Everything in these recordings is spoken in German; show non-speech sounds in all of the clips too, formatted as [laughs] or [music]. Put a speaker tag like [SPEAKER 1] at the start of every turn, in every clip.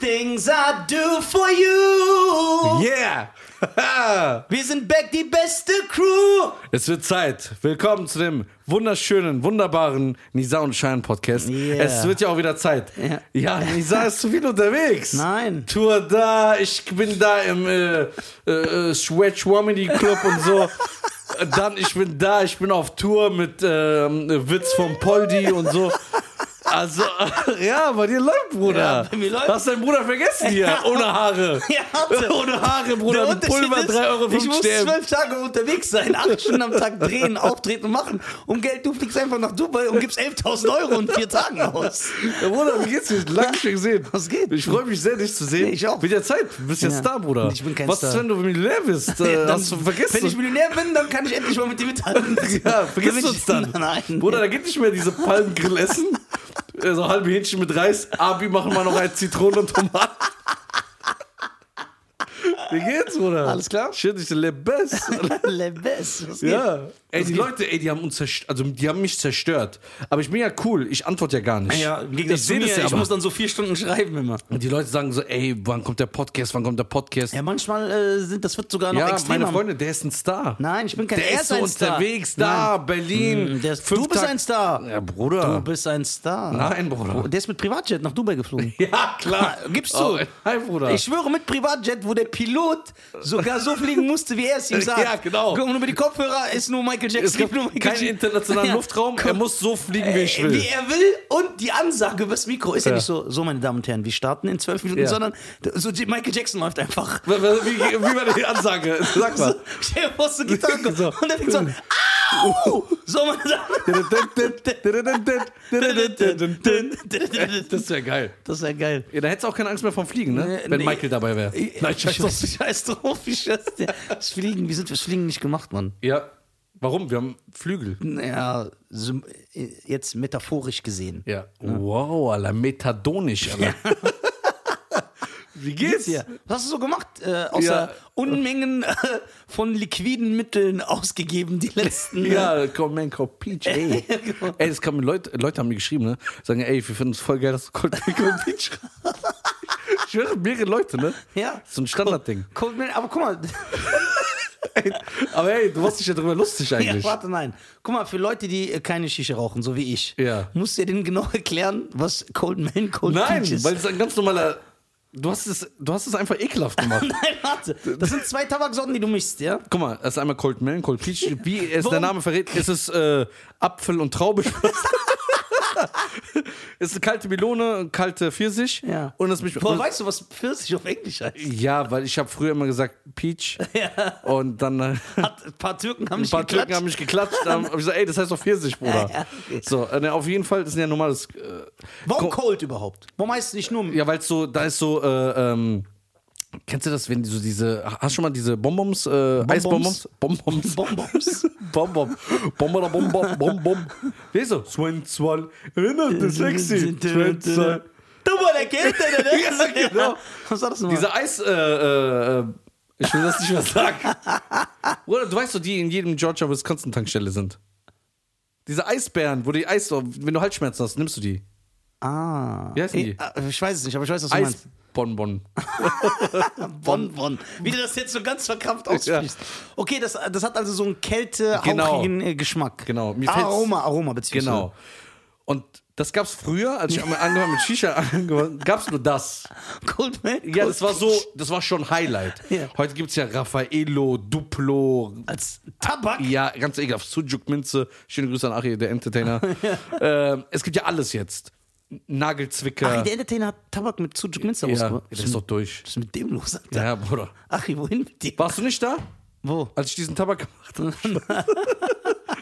[SPEAKER 1] things I do for you.
[SPEAKER 2] Yeah! [laughs]
[SPEAKER 1] Wir sind back, die beste Crew. [laughs]
[SPEAKER 2] es wird Zeit. Willkommen zu dem wunderschönen, wunderbaren Nisa und Schein Podcast.
[SPEAKER 1] Yeah.
[SPEAKER 2] Es wird ja auch wieder Zeit.
[SPEAKER 1] Ja.
[SPEAKER 2] Ja, Nisa ist zu viel unterwegs.
[SPEAKER 1] Nein.
[SPEAKER 2] Tour da, ich bin da im äh, äh, äh, Swatch Womedy Club und
[SPEAKER 1] [laughs]
[SPEAKER 2] so. Dann, ich bin da, ich bin auf Tour mit ähm, Witz vom Poldi und so. Also, [laughs] ja, bei dir läuft, Bruder.
[SPEAKER 1] Ja, bei mir läuft.
[SPEAKER 2] Hast deinen Bruder vergessen
[SPEAKER 1] [laughs]
[SPEAKER 2] hier, ohne Haare.
[SPEAKER 1] Ja, Alter.
[SPEAKER 2] [laughs] Ohne Haare, Bruder.
[SPEAKER 1] Der
[SPEAKER 2] mit
[SPEAKER 1] Unterschied
[SPEAKER 2] Pulver,
[SPEAKER 1] ist,
[SPEAKER 2] 3 Euro
[SPEAKER 1] Ich muss
[SPEAKER 2] Sterne.
[SPEAKER 1] zwölf Tage unterwegs sein, acht Stunden am Tag
[SPEAKER 2] [laughs]
[SPEAKER 1] drehen, auftreten und machen. Um Geld, du fliegst einfach nach Dubai und gibst 11.000 Euro in vier Tagen
[SPEAKER 2] [laughs]
[SPEAKER 1] aus.
[SPEAKER 2] Ja, Bruder, wie geht's dir? Lange nicht mehr gesehen.
[SPEAKER 1] Was geht?
[SPEAKER 2] Ich freue mich sehr, dich zu sehen.
[SPEAKER 1] Nee, ich auch.
[SPEAKER 2] Mit der Zeit. Du bist ja,
[SPEAKER 1] Ja.
[SPEAKER 2] Star, Bruder.
[SPEAKER 1] Ich bin kein
[SPEAKER 2] Was ist,
[SPEAKER 1] Star.
[SPEAKER 2] wenn du Millionär
[SPEAKER 1] [laughs]
[SPEAKER 2] bist? Äh,
[SPEAKER 1] Dann-
[SPEAKER 2] hast du vergessen?
[SPEAKER 1] Wenn ich Millionär bin, dann kann ich endlich mal mit dir mithalten.
[SPEAKER 2] [laughs] ja, vergiss
[SPEAKER 1] Wenn ich-
[SPEAKER 2] uns dann.
[SPEAKER 1] [laughs] Nein.
[SPEAKER 2] Bruder, da geht nicht mehr diese Palmengrill essen. Äh, so halbe Hähnchen mit Reis. Abi, machen wir noch ein Zitronen und Tomaten. [laughs] Wie geht's, Bruder?
[SPEAKER 1] Alles klar?
[SPEAKER 2] Shit, ich
[SPEAKER 1] [laughs]
[SPEAKER 2] lebe best.
[SPEAKER 1] Le best. Was geht?
[SPEAKER 2] Ja. Ey, die Leute, ey, die haben uns zerstört, also die haben mich zerstört. Aber ich bin ja cool, ich antworte ja gar nicht.
[SPEAKER 1] Ja, im Gegensatz zu
[SPEAKER 2] ich seh
[SPEAKER 1] mir,
[SPEAKER 2] das ja
[SPEAKER 1] ich
[SPEAKER 2] aber.
[SPEAKER 1] muss dann so vier Stunden schreiben immer.
[SPEAKER 2] Und die Leute sagen so, ey, wann kommt der Podcast, wann kommt der Podcast?
[SPEAKER 1] Ja, manchmal äh, sind das wird sogar noch
[SPEAKER 2] Ja,
[SPEAKER 1] extremer.
[SPEAKER 2] meine Freunde, der ist ein Star.
[SPEAKER 1] Nein, ich bin kein
[SPEAKER 2] der
[SPEAKER 1] er
[SPEAKER 2] ist so
[SPEAKER 1] ein Star.
[SPEAKER 2] unterwegs,
[SPEAKER 1] Nein. Hm,
[SPEAKER 2] da, Berlin.
[SPEAKER 1] Der ist,
[SPEAKER 2] fünf
[SPEAKER 1] du bist
[SPEAKER 2] Tag-
[SPEAKER 1] ein Star.
[SPEAKER 2] Ja, Bruder.
[SPEAKER 1] Du
[SPEAKER 2] [laughs]
[SPEAKER 1] bist ein Star.
[SPEAKER 2] Nein,
[SPEAKER 1] Oh,
[SPEAKER 2] Bruder.
[SPEAKER 1] Der ist mit Privatjet nach Dubai geflogen.
[SPEAKER 2] [laughs] Ja, klar.
[SPEAKER 1] Gibst du?
[SPEAKER 2] Oh, hi, Bruder.
[SPEAKER 1] Ich schwöre, mit Privatjet, wo der Pilot sogar so fliegen musste, wie er es ihm sagt.
[SPEAKER 2] [laughs] Ja, genau.
[SPEAKER 1] Und über die Kopfhörer ist nur Michael Jackson.
[SPEAKER 2] es
[SPEAKER 1] [laughs]
[SPEAKER 2] gibt
[SPEAKER 1] nur Michael
[SPEAKER 2] keinen
[SPEAKER 1] Jackson.
[SPEAKER 2] internationalen
[SPEAKER 1] [laughs] Ja.
[SPEAKER 2] Luftraum. Er muss so fliegen, wie ich
[SPEAKER 1] Äh,
[SPEAKER 2] will.
[SPEAKER 1] Wie er will und die Ansage übers Mikro ist ja,
[SPEAKER 2] Ja.
[SPEAKER 1] nicht so, so meine Damen und Herren, wir starten in zwölf Minuten,
[SPEAKER 2] Ja.
[SPEAKER 1] sondern so Michael Jackson läuft einfach.
[SPEAKER 2] wie, wie, wie war die Ansage? [laughs] Sag
[SPEAKER 1] So, [laughs]
[SPEAKER 2] mal.
[SPEAKER 1] Stell dir vor, so
[SPEAKER 2] [laughs]
[SPEAKER 1] Gitarre kommt.
[SPEAKER 2] So.
[SPEAKER 1] Und er fängt so an. Au! So, meine Damen
[SPEAKER 2] Das
[SPEAKER 1] und Herren.
[SPEAKER 2] wäre geil.
[SPEAKER 1] Das ist ja geil.
[SPEAKER 2] Ja, da hättest du auch keine Angst mehr vom Fliegen, ne?
[SPEAKER 1] Äh,
[SPEAKER 2] Wenn
[SPEAKER 1] nee.
[SPEAKER 2] Michael dabei wäre. Nein, scheiß drauf.
[SPEAKER 1] Ich [laughs] scheiß drauf, ich scheiß dir. Das Fliegen, wir sind fürs Fliegen nicht gemacht, Mann.
[SPEAKER 2] Ja. Warum? Wir haben Flügel.
[SPEAKER 1] Ja, so, äh, jetzt metaphorisch gesehen.
[SPEAKER 2] Ja. Wow, Alter, metadonisch, Alter. [laughs] Wie geht's
[SPEAKER 1] Ja.
[SPEAKER 2] dir?
[SPEAKER 1] Was hast du so gemacht, äh, außer
[SPEAKER 2] Ja.
[SPEAKER 1] Unmengen äh, von liquiden Mitteln ausgegeben, die letzten? äh,
[SPEAKER 2] Ja, komm, man, komm, Peach, [laughs] ey. ey, das kamen Leute, Leute haben mir geschrieben, ne? Sagen, ey, wir finden es voll geil, dass du Cold Milk und Peach schreibst. Ich höre mehrere Leute, ne?
[SPEAKER 1] Ja.
[SPEAKER 2] So ein Standardding.
[SPEAKER 1] Cold Milk, aber guck mal,
[SPEAKER 2] [laughs] Aber ey, du machst dich ja drüber lustig
[SPEAKER 1] ja,
[SPEAKER 2] eigentlich.
[SPEAKER 1] warte, nein. Guck mal, für Leute, die äh, keine Shisha rauchen, so wie ich,
[SPEAKER 2] Ja.
[SPEAKER 1] musst du dir denen genau erklären, was Cold Man, Cold
[SPEAKER 2] Nein,
[SPEAKER 1] Peach ist.
[SPEAKER 2] weil es ein ganz normaler. Du hast es, du hast es einfach ekelhaft gemacht.
[SPEAKER 1] [laughs] nein, warte. Das sind zwei Tabaksorten, die du mischst, ja?
[SPEAKER 2] Guck mal, es ist einmal Cold Melon, Cold Peach. Wie es der
[SPEAKER 1] Warum?
[SPEAKER 2] Name verrät, ist es äh, Apfel und Traube. [laughs] es ist kalte Melone, kalte Pfirsich.
[SPEAKER 1] Ja.
[SPEAKER 2] Und es mich.
[SPEAKER 1] Woher weißt du, was Pfirsich auf Englisch
[SPEAKER 2] [laughs]
[SPEAKER 1] heißt?
[SPEAKER 2] ja, weil ich habe früher immer gesagt Peach.
[SPEAKER 1] [laughs] Ja.
[SPEAKER 2] Und dann äh,
[SPEAKER 1] Hat, ein paar Türken haben
[SPEAKER 2] ein
[SPEAKER 1] mich
[SPEAKER 2] paar Türken
[SPEAKER 1] geklatscht.
[SPEAKER 2] haben mich geklatscht. Dann hab ich gesagt, ey, das heißt doch Pfirsich, Bruder.
[SPEAKER 1] Ja, ja, okay.
[SPEAKER 2] So, äh, ne, auf jeden Fall, das ist ja ein normales. Äh,
[SPEAKER 1] Warum Cold überhaupt? Warum heißt es nicht nur...
[SPEAKER 2] ja, weil so, da ist so. Äh, ähm, Kennst du das, wenn die so diese, hast du schon mal diese Bonbons, äh, Eisbonbons? Bonbons.
[SPEAKER 1] Bonbons.
[SPEAKER 2] Bom, bom. Bom, bom, bom, bom, bom, bom. Wie so? Swan, Swan. Erinnert [laughs] das sexy. Swan, Swan.
[SPEAKER 1] Du war der Kind, der
[SPEAKER 2] [laughs] Ja, genau.
[SPEAKER 1] Was war das nochmal?
[SPEAKER 2] Diese Eis, äh, äh, äh, ich will das nicht mehr sagen. Oder du weißt doch, die in jedem Georgia Wisconsin Tankstelle sind. Diese Eisbären, wo die Eis, wenn du Halsschmerzen hast, nimmst du die.
[SPEAKER 1] ah.
[SPEAKER 2] Wie heißen die?
[SPEAKER 1] Ich, äh, ich weiß es nicht, aber ich weiß, was du meinst.
[SPEAKER 2] Eisbonbon.
[SPEAKER 1] Bonbon. Wie du das jetzt so ganz verkrampft aussprichst. Okay, das, das hat also so einen kälte,
[SPEAKER 2] Genau.
[SPEAKER 1] hauchigen äh, Geschmack.
[SPEAKER 2] Genau. Mir fällt's-
[SPEAKER 1] Aroma, Aroma beziehungsweise.
[SPEAKER 2] Genau. Und das gab's früher, als ich einmal angefangen mit Shisha angefangen, gab's nur das.
[SPEAKER 1] Cold Milk.
[SPEAKER 2] Genau. Ja, das war so, das war schon Highlight.
[SPEAKER 1] Ja.
[SPEAKER 2] Heute gibt's ja Raffaello, Duplo,
[SPEAKER 1] Als Tabak.
[SPEAKER 2] Ja, ganz ekelhaft. Sujuk Minze. Schöne Grüße an Achie,
[SPEAKER 1] [laughs]
[SPEAKER 2] der Entertainer. ähm, es gibt ja alles jetzt. Nagelzwicker.
[SPEAKER 1] Ach, der Entertainer hat Tabak mit Sujuk Minster
[SPEAKER 2] ja,
[SPEAKER 1] rausgebracht.
[SPEAKER 2] das ist doch durch.
[SPEAKER 1] Was ist mit dem los, Alter?
[SPEAKER 2] Ja, Bruder.
[SPEAKER 1] Ach, wohin mit dir?
[SPEAKER 2] Warst du nicht da, [laughs]
[SPEAKER 1] Wo?
[SPEAKER 2] als ich diesen Tabak gemacht habe?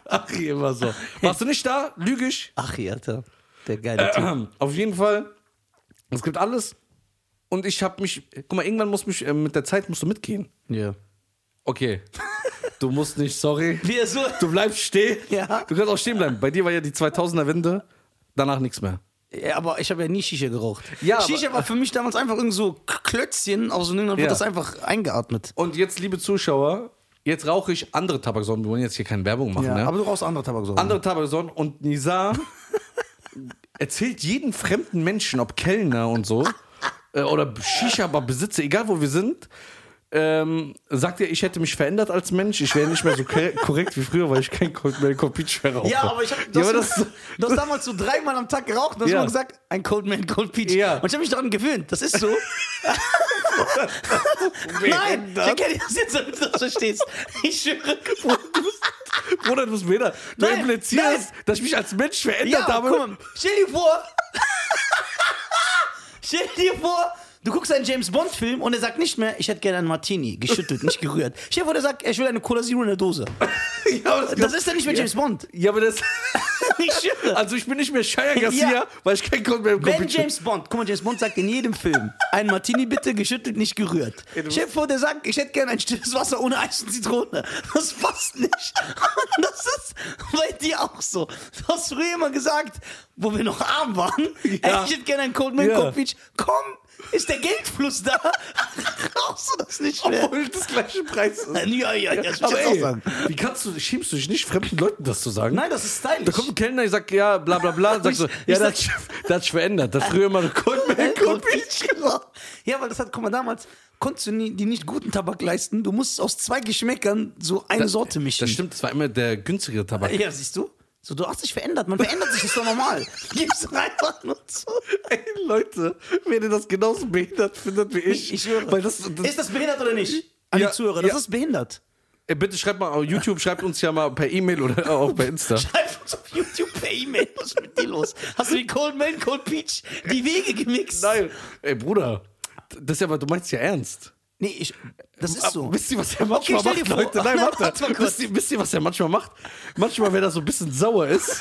[SPEAKER 2] Achie
[SPEAKER 1] [laughs]
[SPEAKER 2] immer so. Warst du nicht da?
[SPEAKER 1] [clears throat]
[SPEAKER 2] Lügisch.
[SPEAKER 1] Ach, Alter. Der geile Typ.
[SPEAKER 2] Auf jeden Fall. Es gibt alles. Und ich habe mich. Guck mal, irgendwann muss mich äh, mit der Zeit musst du mitgehen.
[SPEAKER 1] Ja.
[SPEAKER 2] Okay. Du musst nicht,
[SPEAKER 1] [laughs]
[SPEAKER 2] sorry.
[SPEAKER 1] Wie er so.
[SPEAKER 2] Du bleibst stehen.
[SPEAKER 1] Ja.
[SPEAKER 2] Du kannst auch stehen bleiben. Bei dir war ja die 2000er-Wende. Danach nichts mehr.
[SPEAKER 1] Ja, aber ich habe ja nie Shisha geraucht.
[SPEAKER 2] Ja,
[SPEAKER 1] Shisha
[SPEAKER 2] aber-
[SPEAKER 1] war für mich damals einfach irgend so K- Klötzchen aus und dann
[SPEAKER 2] Ja.
[SPEAKER 1] wird das einfach eingeatmet.
[SPEAKER 2] Und jetzt, liebe Zuschauer, jetzt rauche ich andere Tabaksorten. Wir wollen jetzt hier keine Werbung machen. ne?
[SPEAKER 1] Aber du rauchst andere Tabaksorten.
[SPEAKER 2] andere Tabaksorten
[SPEAKER 1] [laughs]
[SPEAKER 2] und Nizar erzählt jeden fremden Menschen, ob Kellner und so, äh, oder Shisha-Bar besitze, egal wo wir sind, ähm, sagt er, ich hätte mich verändert als Mensch. Ich wäre nicht mehr so kor- korrekt wie früher, weil ich kein Ko- mehr Kopitsch mehr rauche.
[SPEAKER 1] Ja, aber ich hab, du,
[SPEAKER 2] Oh Ja,
[SPEAKER 1] hast,
[SPEAKER 2] aber
[SPEAKER 1] das,
[SPEAKER 2] [laughs] das-
[SPEAKER 1] du hast damals so dreimal am Tag geraucht und hast
[SPEAKER 2] Ja.
[SPEAKER 1] immer gesagt, ein Cold Man, Cold Peach.
[SPEAKER 2] Ja.
[SPEAKER 1] Und ich habe mich daran gewöhnt, das
[SPEAKER 2] [laughs]
[SPEAKER 1] ist so. Nein, ich erkenne das jetzt, damit du das verstehst. Ich schwöre.
[SPEAKER 2] Bruder, du bist Peter. Du
[SPEAKER 1] Nein,
[SPEAKER 2] implizierst, dass ich mich als Mensch verändert
[SPEAKER 1] Ja,
[SPEAKER 2] habe. [laughs]
[SPEAKER 1] guck mal, stell dir vor, [laughs] stell dir vor, du guckst einen James Bond Film und er sagt nicht mehr, ich hätte gerne einen Martini, geschüttelt, nicht gerührt. Stell dir vor, der sagt, ich will eine Cola Zero in der
[SPEAKER 2] [laughs]
[SPEAKER 1] Dose.
[SPEAKER 2] ja, aber
[SPEAKER 1] Das ist dann nicht mehr James Bond.
[SPEAKER 2] Ja, aber das.
[SPEAKER 1] [laughs] Ich schwöre.
[SPEAKER 2] Also, [laughs] ich bin nicht mehr Shia Garcia,
[SPEAKER 1] Ja.
[SPEAKER 2] weil ich kein Kopitsch mehr
[SPEAKER 1] Wenn
[SPEAKER 2] [laughs] Kopitsch
[SPEAKER 1] James Bond, guck mal, James Bond sagt in jedem Film, ein Martini bitte, geschüttelt, nicht gerührt.
[SPEAKER 2] du
[SPEAKER 1] Chef vor, der sagt, ich hätte gerne ein stilles Wasser ohne Eis und Zitrone. Das passt nicht. [laughs] Und Das ist bei dir auch so. Du hast früher immer gesagt, wo wir noch arm waren, ey, ich hätte gerne einen Cold Milk
[SPEAKER 2] Ja.
[SPEAKER 1] Kopfwitsch. Komm, ist der Geldfluss da? [laughs] Brauchst du das nicht mehr?
[SPEAKER 2] Obwohl das gleiche Preis ist. [laughs]
[SPEAKER 1] Ja, ja, ja, das will ich
[SPEAKER 2] Aber
[SPEAKER 1] jetzt auch
[SPEAKER 2] ey,
[SPEAKER 1] sagen.
[SPEAKER 2] wie kannst du, schämst du dich nicht, fremden Leuten das zu sagen?
[SPEAKER 1] Nein, das ist stylisch.
[SPEAKER 2] Da kommt ein Kellner, ich sag, ja, bla bla bla, sagst du,
[SPEAKER 1] Ich- ich
[SPEAKER 2] ja,
[SPEAKER 1] sag-
[SPEAKER 2] das, das hat sich verändert. Das früher mal
[SPEAKER 1] [laughs]
[SPEAKER 2] Coldman
[SPEAKER 1] Kopitsch, genau. Ja, weil das hat, guck mal, damals konntest du nie, die nicht guten Tabak leisten. Du musst aus zwei Geschmäckern so eine Sorte mischen.
[SPEAKER 2] Das stimmt, das war immer der günstigere Tabak.
[SPEAKER 1] Ja, siehst du? So, du hast dich verändert. Man verändert sich, das ist doch normal. Gibst rein und so.
[SPEAKER 2] [laughs] Ey, Leute, wenn ihr das genauso behindert findet wie ich.
[SPEAKER 1] Ich schwöre.
[SPEAKER 2] Weil das, das,
[SPEAKER 1] ist das behindert oder nicht? An
[SPEAKER 2] Ja,
[SPEAKER 1] die Zuhörer, das
[SPEAKER 2] ja.
[SPEAKER 1] ist behindert.
[SPEAKER 2] ey, bitte schreibt mal auf YouTube, schreibt uns ja mal per E-Mail oder [laughs] auch per Insta.
[SPEAKER 1] Schreib uns auf YouTube per E-Mail. Was ist mit dir los? Hast du wie Cold Man, Cold Peach die Wege gemixt?
[SPEAKER 2] Nein. Ey, Bruder, das ist ja, aber du meinst ja ernst.
[SPEAKER 1] Nee, ich, das ist so.
[SPEAKER 2] Wisst ihr, was er manchmal
[SPEAKER 1] stell dir
[SPEAKER 2] macht,
[SPEAKER 1] vor.
[SPEAKER 2] Leute? Nein,
[SPEAKER 1] [laughs] Nein,
[SPEAKER 2] warte.
[SPEAKER 1] warte mal kurz.
[SPEAKER 2] wisst, ihr, wisst ihr, was er manchmal macht? Manchmal, wenn er so ein bisschen
[SPEAKER 1] [laughs]
[SPEAKER 2] sauer ist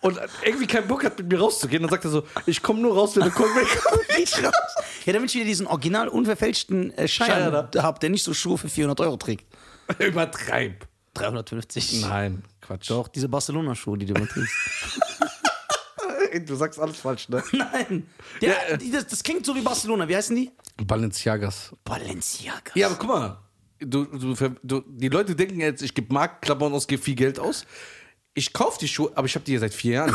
[SPEAKER 2] und irgendwie keinen Bock hat, mit mir rauszugehen, dann sagt er so, ich komme nur raus, wenn du kommst.
[SPEAKER 1] Ich raus. [laughs] Ja, damit ich wieder diesen original unverfälschten äh, Schein
[SPEAKER 2] Schein,
[SPEAKER 1] habe, der nicht so Schuhe für 400 Euro trägt.
[SPEAKER 2] Übertreib.
[SPEAKER 1] 350.
[SPEAKER 2] Nein, Quatsch.
[SPEAKER 1] Doch, diese Barcelona-Schuhe, die du immer trägst.
[SPEAKER 2] Ey, du sagst alles falsch, ne?
[SPEAKER 1] [laughs] Nein. Der,
[SPEAKER 2] äh.
[SPEAKER 1] die, das, das klingt so wie Barcelona. Wie heißen die?
[SPEAKER 2] Balenciagas.
[SPEAKER 1] Balenciaga.
[SPEAKER 2] Ja, aber guck mal. Du, du, ver- du, die Leute denken jetzt, ich gebe Marktklappern aus, gebe viel Geld aus. Ich kaufe die Schuhe, aber ich habe die ja seit vier Jahren.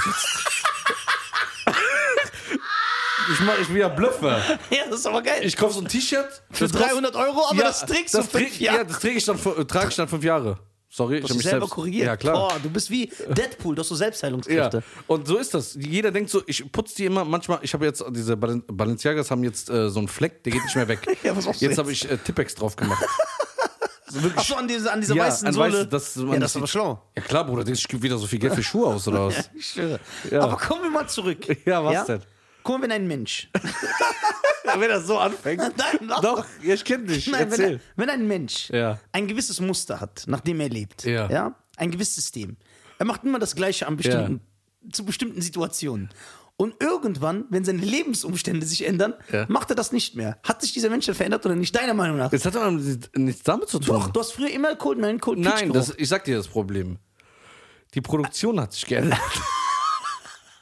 [SPEAKER 2] ich, mach, ich bin ja Blöffer.
[SPEAKER 1] [laughs] Ja, das ist aber geil.
[SPEAKER 2] Ich kaufe so ein T-Shirt.
[SPEAKER 1] für
[SPEAKER 2] das kostet-
[SPEAKER 1] 300 Euro, aber das trägst du
[SPEAKER 2] das trä-
[SPEAKER 1] fünf Jahre.
[SPEAKER 2] Ja, das träge ich dann, fu- äh, trage ich dann fünf Jahre. Sorry, ich
[SPEAKER 1] Du
[SPEAKER 2] habe
[SPEAKER 1] hast
[SPEAKER 2] mich
[SPEAKER 1] dich selber
[SPEAKER 2] selbst.
[SPEAKER 1] korrigiert.
[SPEAKER 2] Ja, klar.
[SPEAKER 1] Boah, du bist wie Deadpool, du hast so
[SPEAKER 2] Ja.
[SPEAKER 1] Selbstheilungskräfte.
[SPEAKER 2] Und so ist das. Jeder denkt so, ich putze die immer. Manchmal, ich habe jetzt diese Balen Balenciagas haben jetzt äh, so einen Fleck, der geht nicht mehr weg.
[SPEAKER 1] [laughs] Ja, was machst du
[SPEAKER 2] jetzt
[SPEAKER 1] jetzt?
[SPEAKER 2] habe ich äh, Tippex
[SPEAKER 1] [laughs]
[SPEAKER 2] drauf gemacht. so wirklich.
[SPEAKER 1] Ach so, an dieser, an dieser
[SPEAKER 2] Ja,
[SPEAKER 1] weißen
[SPEAKER 2] an
[SPEAKER 1] Sohle.
[SPEAKER 2] weißen, dass man
[SPEAKER 1] ja, das ist
[SPEAKER 2] sieht-
[SPEAKER 1] aber schlau.
[SPEAKER 2] [laughs] Ja klar, Bruder, denkst du, ich gebe wieder so viel Geld für Schuhe aus oder
[SPEAKER 1] [laughs]
[SPEAKER 2] was?
[SPEAKER 1] Ich schwöre.
[SPEAKER 2] Ja.
[SPEAKER 1] Aber kommen wir mal zurück.
[SPEAKER 2] Ja, was denn?
[SPEAKER 1] Guck mal, wenn ein
[SPEAKER 2] [laughs]
[SPEAKER 1] Mensch.
[SPEAKER 2] Wenn das so [laughs] anfängt.
[SPEAKER 1] Nein, lass [laughs]
[SPEAKER 2] Doch, ja, ich kenne dich.
[SPEAKER 1] Nein, wenn,
[SPEAKER 2] Erzähl.
[SPEAKER 1] ein- wenn ein Mensch
[SPEAKER 2] Ja.
[SPEAKER 1] ein gewisses Muster hat, nach dem er lebt,
[SPEAKER 2] Ja.
[SPEAKER 1] ein gewisses System, er macht immer das Gleiche an bestimmten, zu bestimmten Situationen. Und irgendwann, wenn seine Lebensumstände sich ändern,
[SPEAKER 2] Ja.
[SPEAKER 1] macht er das nicht mehr. Hat sich dieser Mensch denn verändert oder nicht? Deiner Meinung nach?
[SPEAKER 2] Das hat doch nichts damit zu tun.
[SPEAKER 1] Doch, du hast früher immer Cold Man, Cold Peach
[SPEAKER 2] Nein, das, ich sag dir das Problem. Die Produktion hat
[SPEAKER 1] [laughs]
[SPEAKER 2] sich geändert.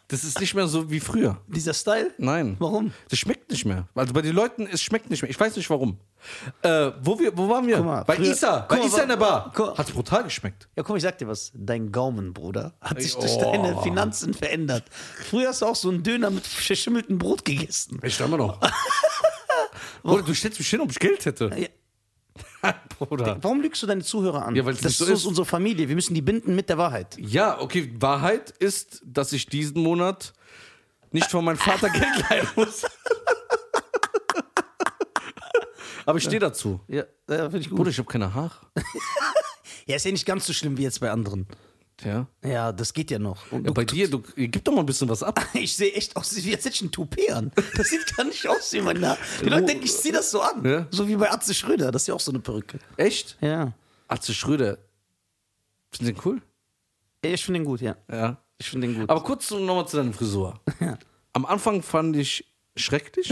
[SPEAKER 2] Das ist nicht mehr so wie früher.
[SPEAKER 1] Dieser Style?
[SPEAKER 2] Nein.
[SPEAKER 1] Warum?
[SPEAKER 2] Das schmeckt nicht mehr. Also bei den Leuten, es schmeckt nicht mehr. Ich weiß nicht warum. Äh, wo, wir, wo waren wir?
[SPEAKER 1] mal,
[SPEAKER 2] bei
[SPEAKER 1] früher-
[SPEAKER 2] Isa.
[SPEAKER 1] guck
[SPEAKER 2] Bei
[SPEAKER 1] mal,
[SPEAKER 2] Isa in der Bar.
[SPEAKER 1] guck mal.
[SPEAKER 2] Hat's brutal geschmeckt.
[SPEAKER 1] Ja, guck, ich sag dir was. Dein Gaumen, Bruder, hat sich durch
[SPEAKER 2] Oh.
[SPEAKER 1] deine Finanzen verändert. Früher hast du auch so einen Döner mit verschimmeltem Brot gegessen.
[SPEAKER 2] Ich stamme
[SPEAKER 1] [laughs]
[SPEAKER 2] noch. Oder du stellst mich hin, ob ich Geld hätte. [laughs] Bruder.
[SPEAKER 1] Warum lügst du deine Zuhörer an?
[SPEAKER 2] Ja, weil's
[SPEAKER 1] das
[SPEAKER 2] nicht so
[SPEAKER 1] ist
[SPEAKER 2] ist.
[SPEAKER 1] unsere Familie. Wir müssen die binden mit der Wahrheit.
[SPEAKER 2] Ja, okay. Wahrheit ist, dass ich diesen Monat nicht von meinem Vater [laughs] Geld leihen
[SPEAKER 1] [laughs]
[SPEAKER 2] muss. Aber ich stehe dazu.
[SPEAKER 1] Ja, ja finde ich gut.
[SPEAKER 2] Bruder, ich habe keine Haare.
[SPEAKER 1] Ja, ist ja nicht ganz so schlimm wie jetzt bei anderen.
[SPEAKER 2] Ja.
[SPEAKER 1] Ja, das geht ja noch. Und
[SPEAKER 2] Ja,
[SPEAKER 1] du,
[SPEAKER 2] bei dir, du, gib doch mal ein bisschen was ab.
[SPEAKER 1] [laughs] ich sehe echt aus wie jetzt hätte ich ein Toupet an. Das sieht gar nicht aus wie mein Name. Die Leute denken, ich ziehe das so an.
[SPEAKER 2] Ja.
[SPEAKER 1] So wie bei Atze Schröder. Das ist ja auch so eine Perücke.
[SPEAKER 2] Echt?
[SPEAKER 1] Ja.
[SPEAKER 2] Atze Schröder. Sind den cool?
[SPEAKER 1] ja ich finde den gut, ja.
[SPEAKER 2] Ja.
[SPEAKER 1] Ich finde den gut.
[SPEAKER 2] Aber kurz zu- nochmal zu deiner Frisur. Am Anfang fand ich
[SPEAKER 1] [laughs]
[SPEAKER 2] schrecklich.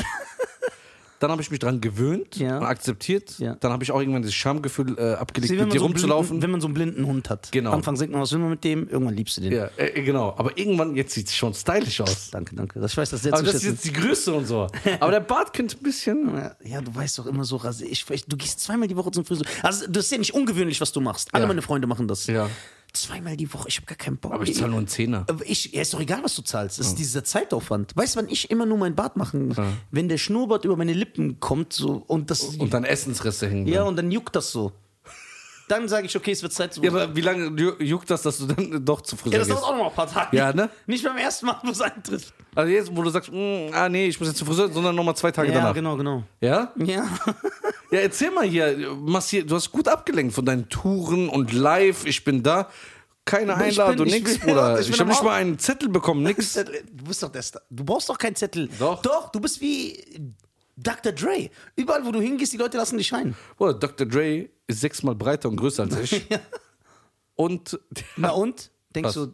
[SPEAKER 2] Dann habe ich mich dran gewöhnt
[SPEAKER 1] Ja.
[SPEAKER 2] und akzeptiert.
[SPEAKER 1] Ja.
[SPEAKER 2] Dann habe ich auch irgendwann das Schamgefühl äh, abgelegt,
[SPEAKER 1] Sie, wenn,
[SPEAKER 2] mit
[SPEAKER 1] man
[SPEAKER 2] dir
[SPEAKER 1] so einen
[SPEAKER 2] rumzulaufen.
[SPEAKER 1] blinden, wenn man so einen blinden Hund hat.
[SPEAKER 2] Genau.
[SPEAKER 1] Am Anfang singt man, was will man mit dem? Irgendwann liebst du den.
[SPEAKER 2] ja, äh, genau. Aber irgendwann, jetzt sieht es schon stylisch aus.
[SPEAKER 1] Danke, danke. Das, ich weiß, das ist jetzt
[SPEAKER 2] Aber das ist
[SPEAKER 1] beschissen.
[SPEAKER 2] jetzt die Größe und so. Aber der Bart könnte ein bisschen.
[SPEAKER 1] Ja, du weißt doch immer so, rasier- ich, ich, du gehst zweimal die Woche zum Friseur. Also, das ist ja nicht ungewöhnlich, was du machst. Alle
[SPEAKER 2] Ja.
[SPEAKER 1] meine Freunde machen das.
[SPEAKER 2] Ja.
[SPEAKER 1] Zweimal die Woche, ich habe gar keinen Bock.
[SPEAKER 2] Aber ich zahle nur einen Zehner.
[SPEAKER 1] Aber Ich, ja, ist doch egal, was du zahlst. Das ist dieser Zeitaufwand. Weißt du, wann ich immer nur mein Bart machen? Wenn der Schnurrbart über meine Lippen kommt so, und das.
[SPEAKER 2] Und dann Essensreste hängen.
[SPEAKER 1] ja,
[SPEAKER 2] bleiben.
[SPEAKER 1] und dann juckt das so. Dann sage ich, okay, es wird Zeit zu.
[SPEAKER 2] ja, aber wie lange ju- juckt das, dass du dann [laughs] doch zu Friseur
[SPEAKER 1] das dauert
[SPEAKER 2] gehst?
[SPEAKER 1] auch noch mal ein paar Tage.
[SPEAKER 2] Ja, ne?
[SPEAKER 1] Nicht beim ersten Mal, wo es eintritt.
[SPEAKER 2] Also jetzt, wo du sagst, mm, ah nee, ich muss jetzt zu Friseur, sondern nochmal zwei Tage danach.
[SPEAKER 1] genau, genau.
[SPEAKER 2] Ja?
[SPEAKER 1] Ja.
[SPEAKER 2] Ja, erzähl mal hier, Massier, du hast gut abgelenkt von deinen Touren und live, ich bin da. Keine
[SPEAKER 1] bin-
[SPEAKER 2] Einladung,
[SPEAKER 1] ich
[SPEAKER 2] nix,
[SPEAKER 1] bin-
[SPEAKER 2] Bruder.
[SPEAKER 1] ich
[SPEAKER 2] Ich,
[SPEAKER 1] bin
[SPEAKER 2] hab
[SPEAKER 1] am
[SPEAKER 2] nicht
[SPEAKER 1] Au-
[SPEAKER 2] mal einen Zettel
[SPEAKER 1] [laughs]
[SPEAKER 2] bekommen, nix.
[SPEAKER 1] Zettel- Du bist doch der Star. Du brauchst doch keinen Zettel.
[SPEAKER 2] Doch.
[SPEAKER 1] Doch, du bist wie Dr. Dre. Überall, wo du hingehst, die Leute lassen dich rein.
[SPEAKER 2] Bruder, Dr. Dre ist sechsmal breiter und größer als ich. Und.
[SPEAKER 1] Na und? Denkst
[SPEAKER 2] Was?
[SPEAKER 1] du,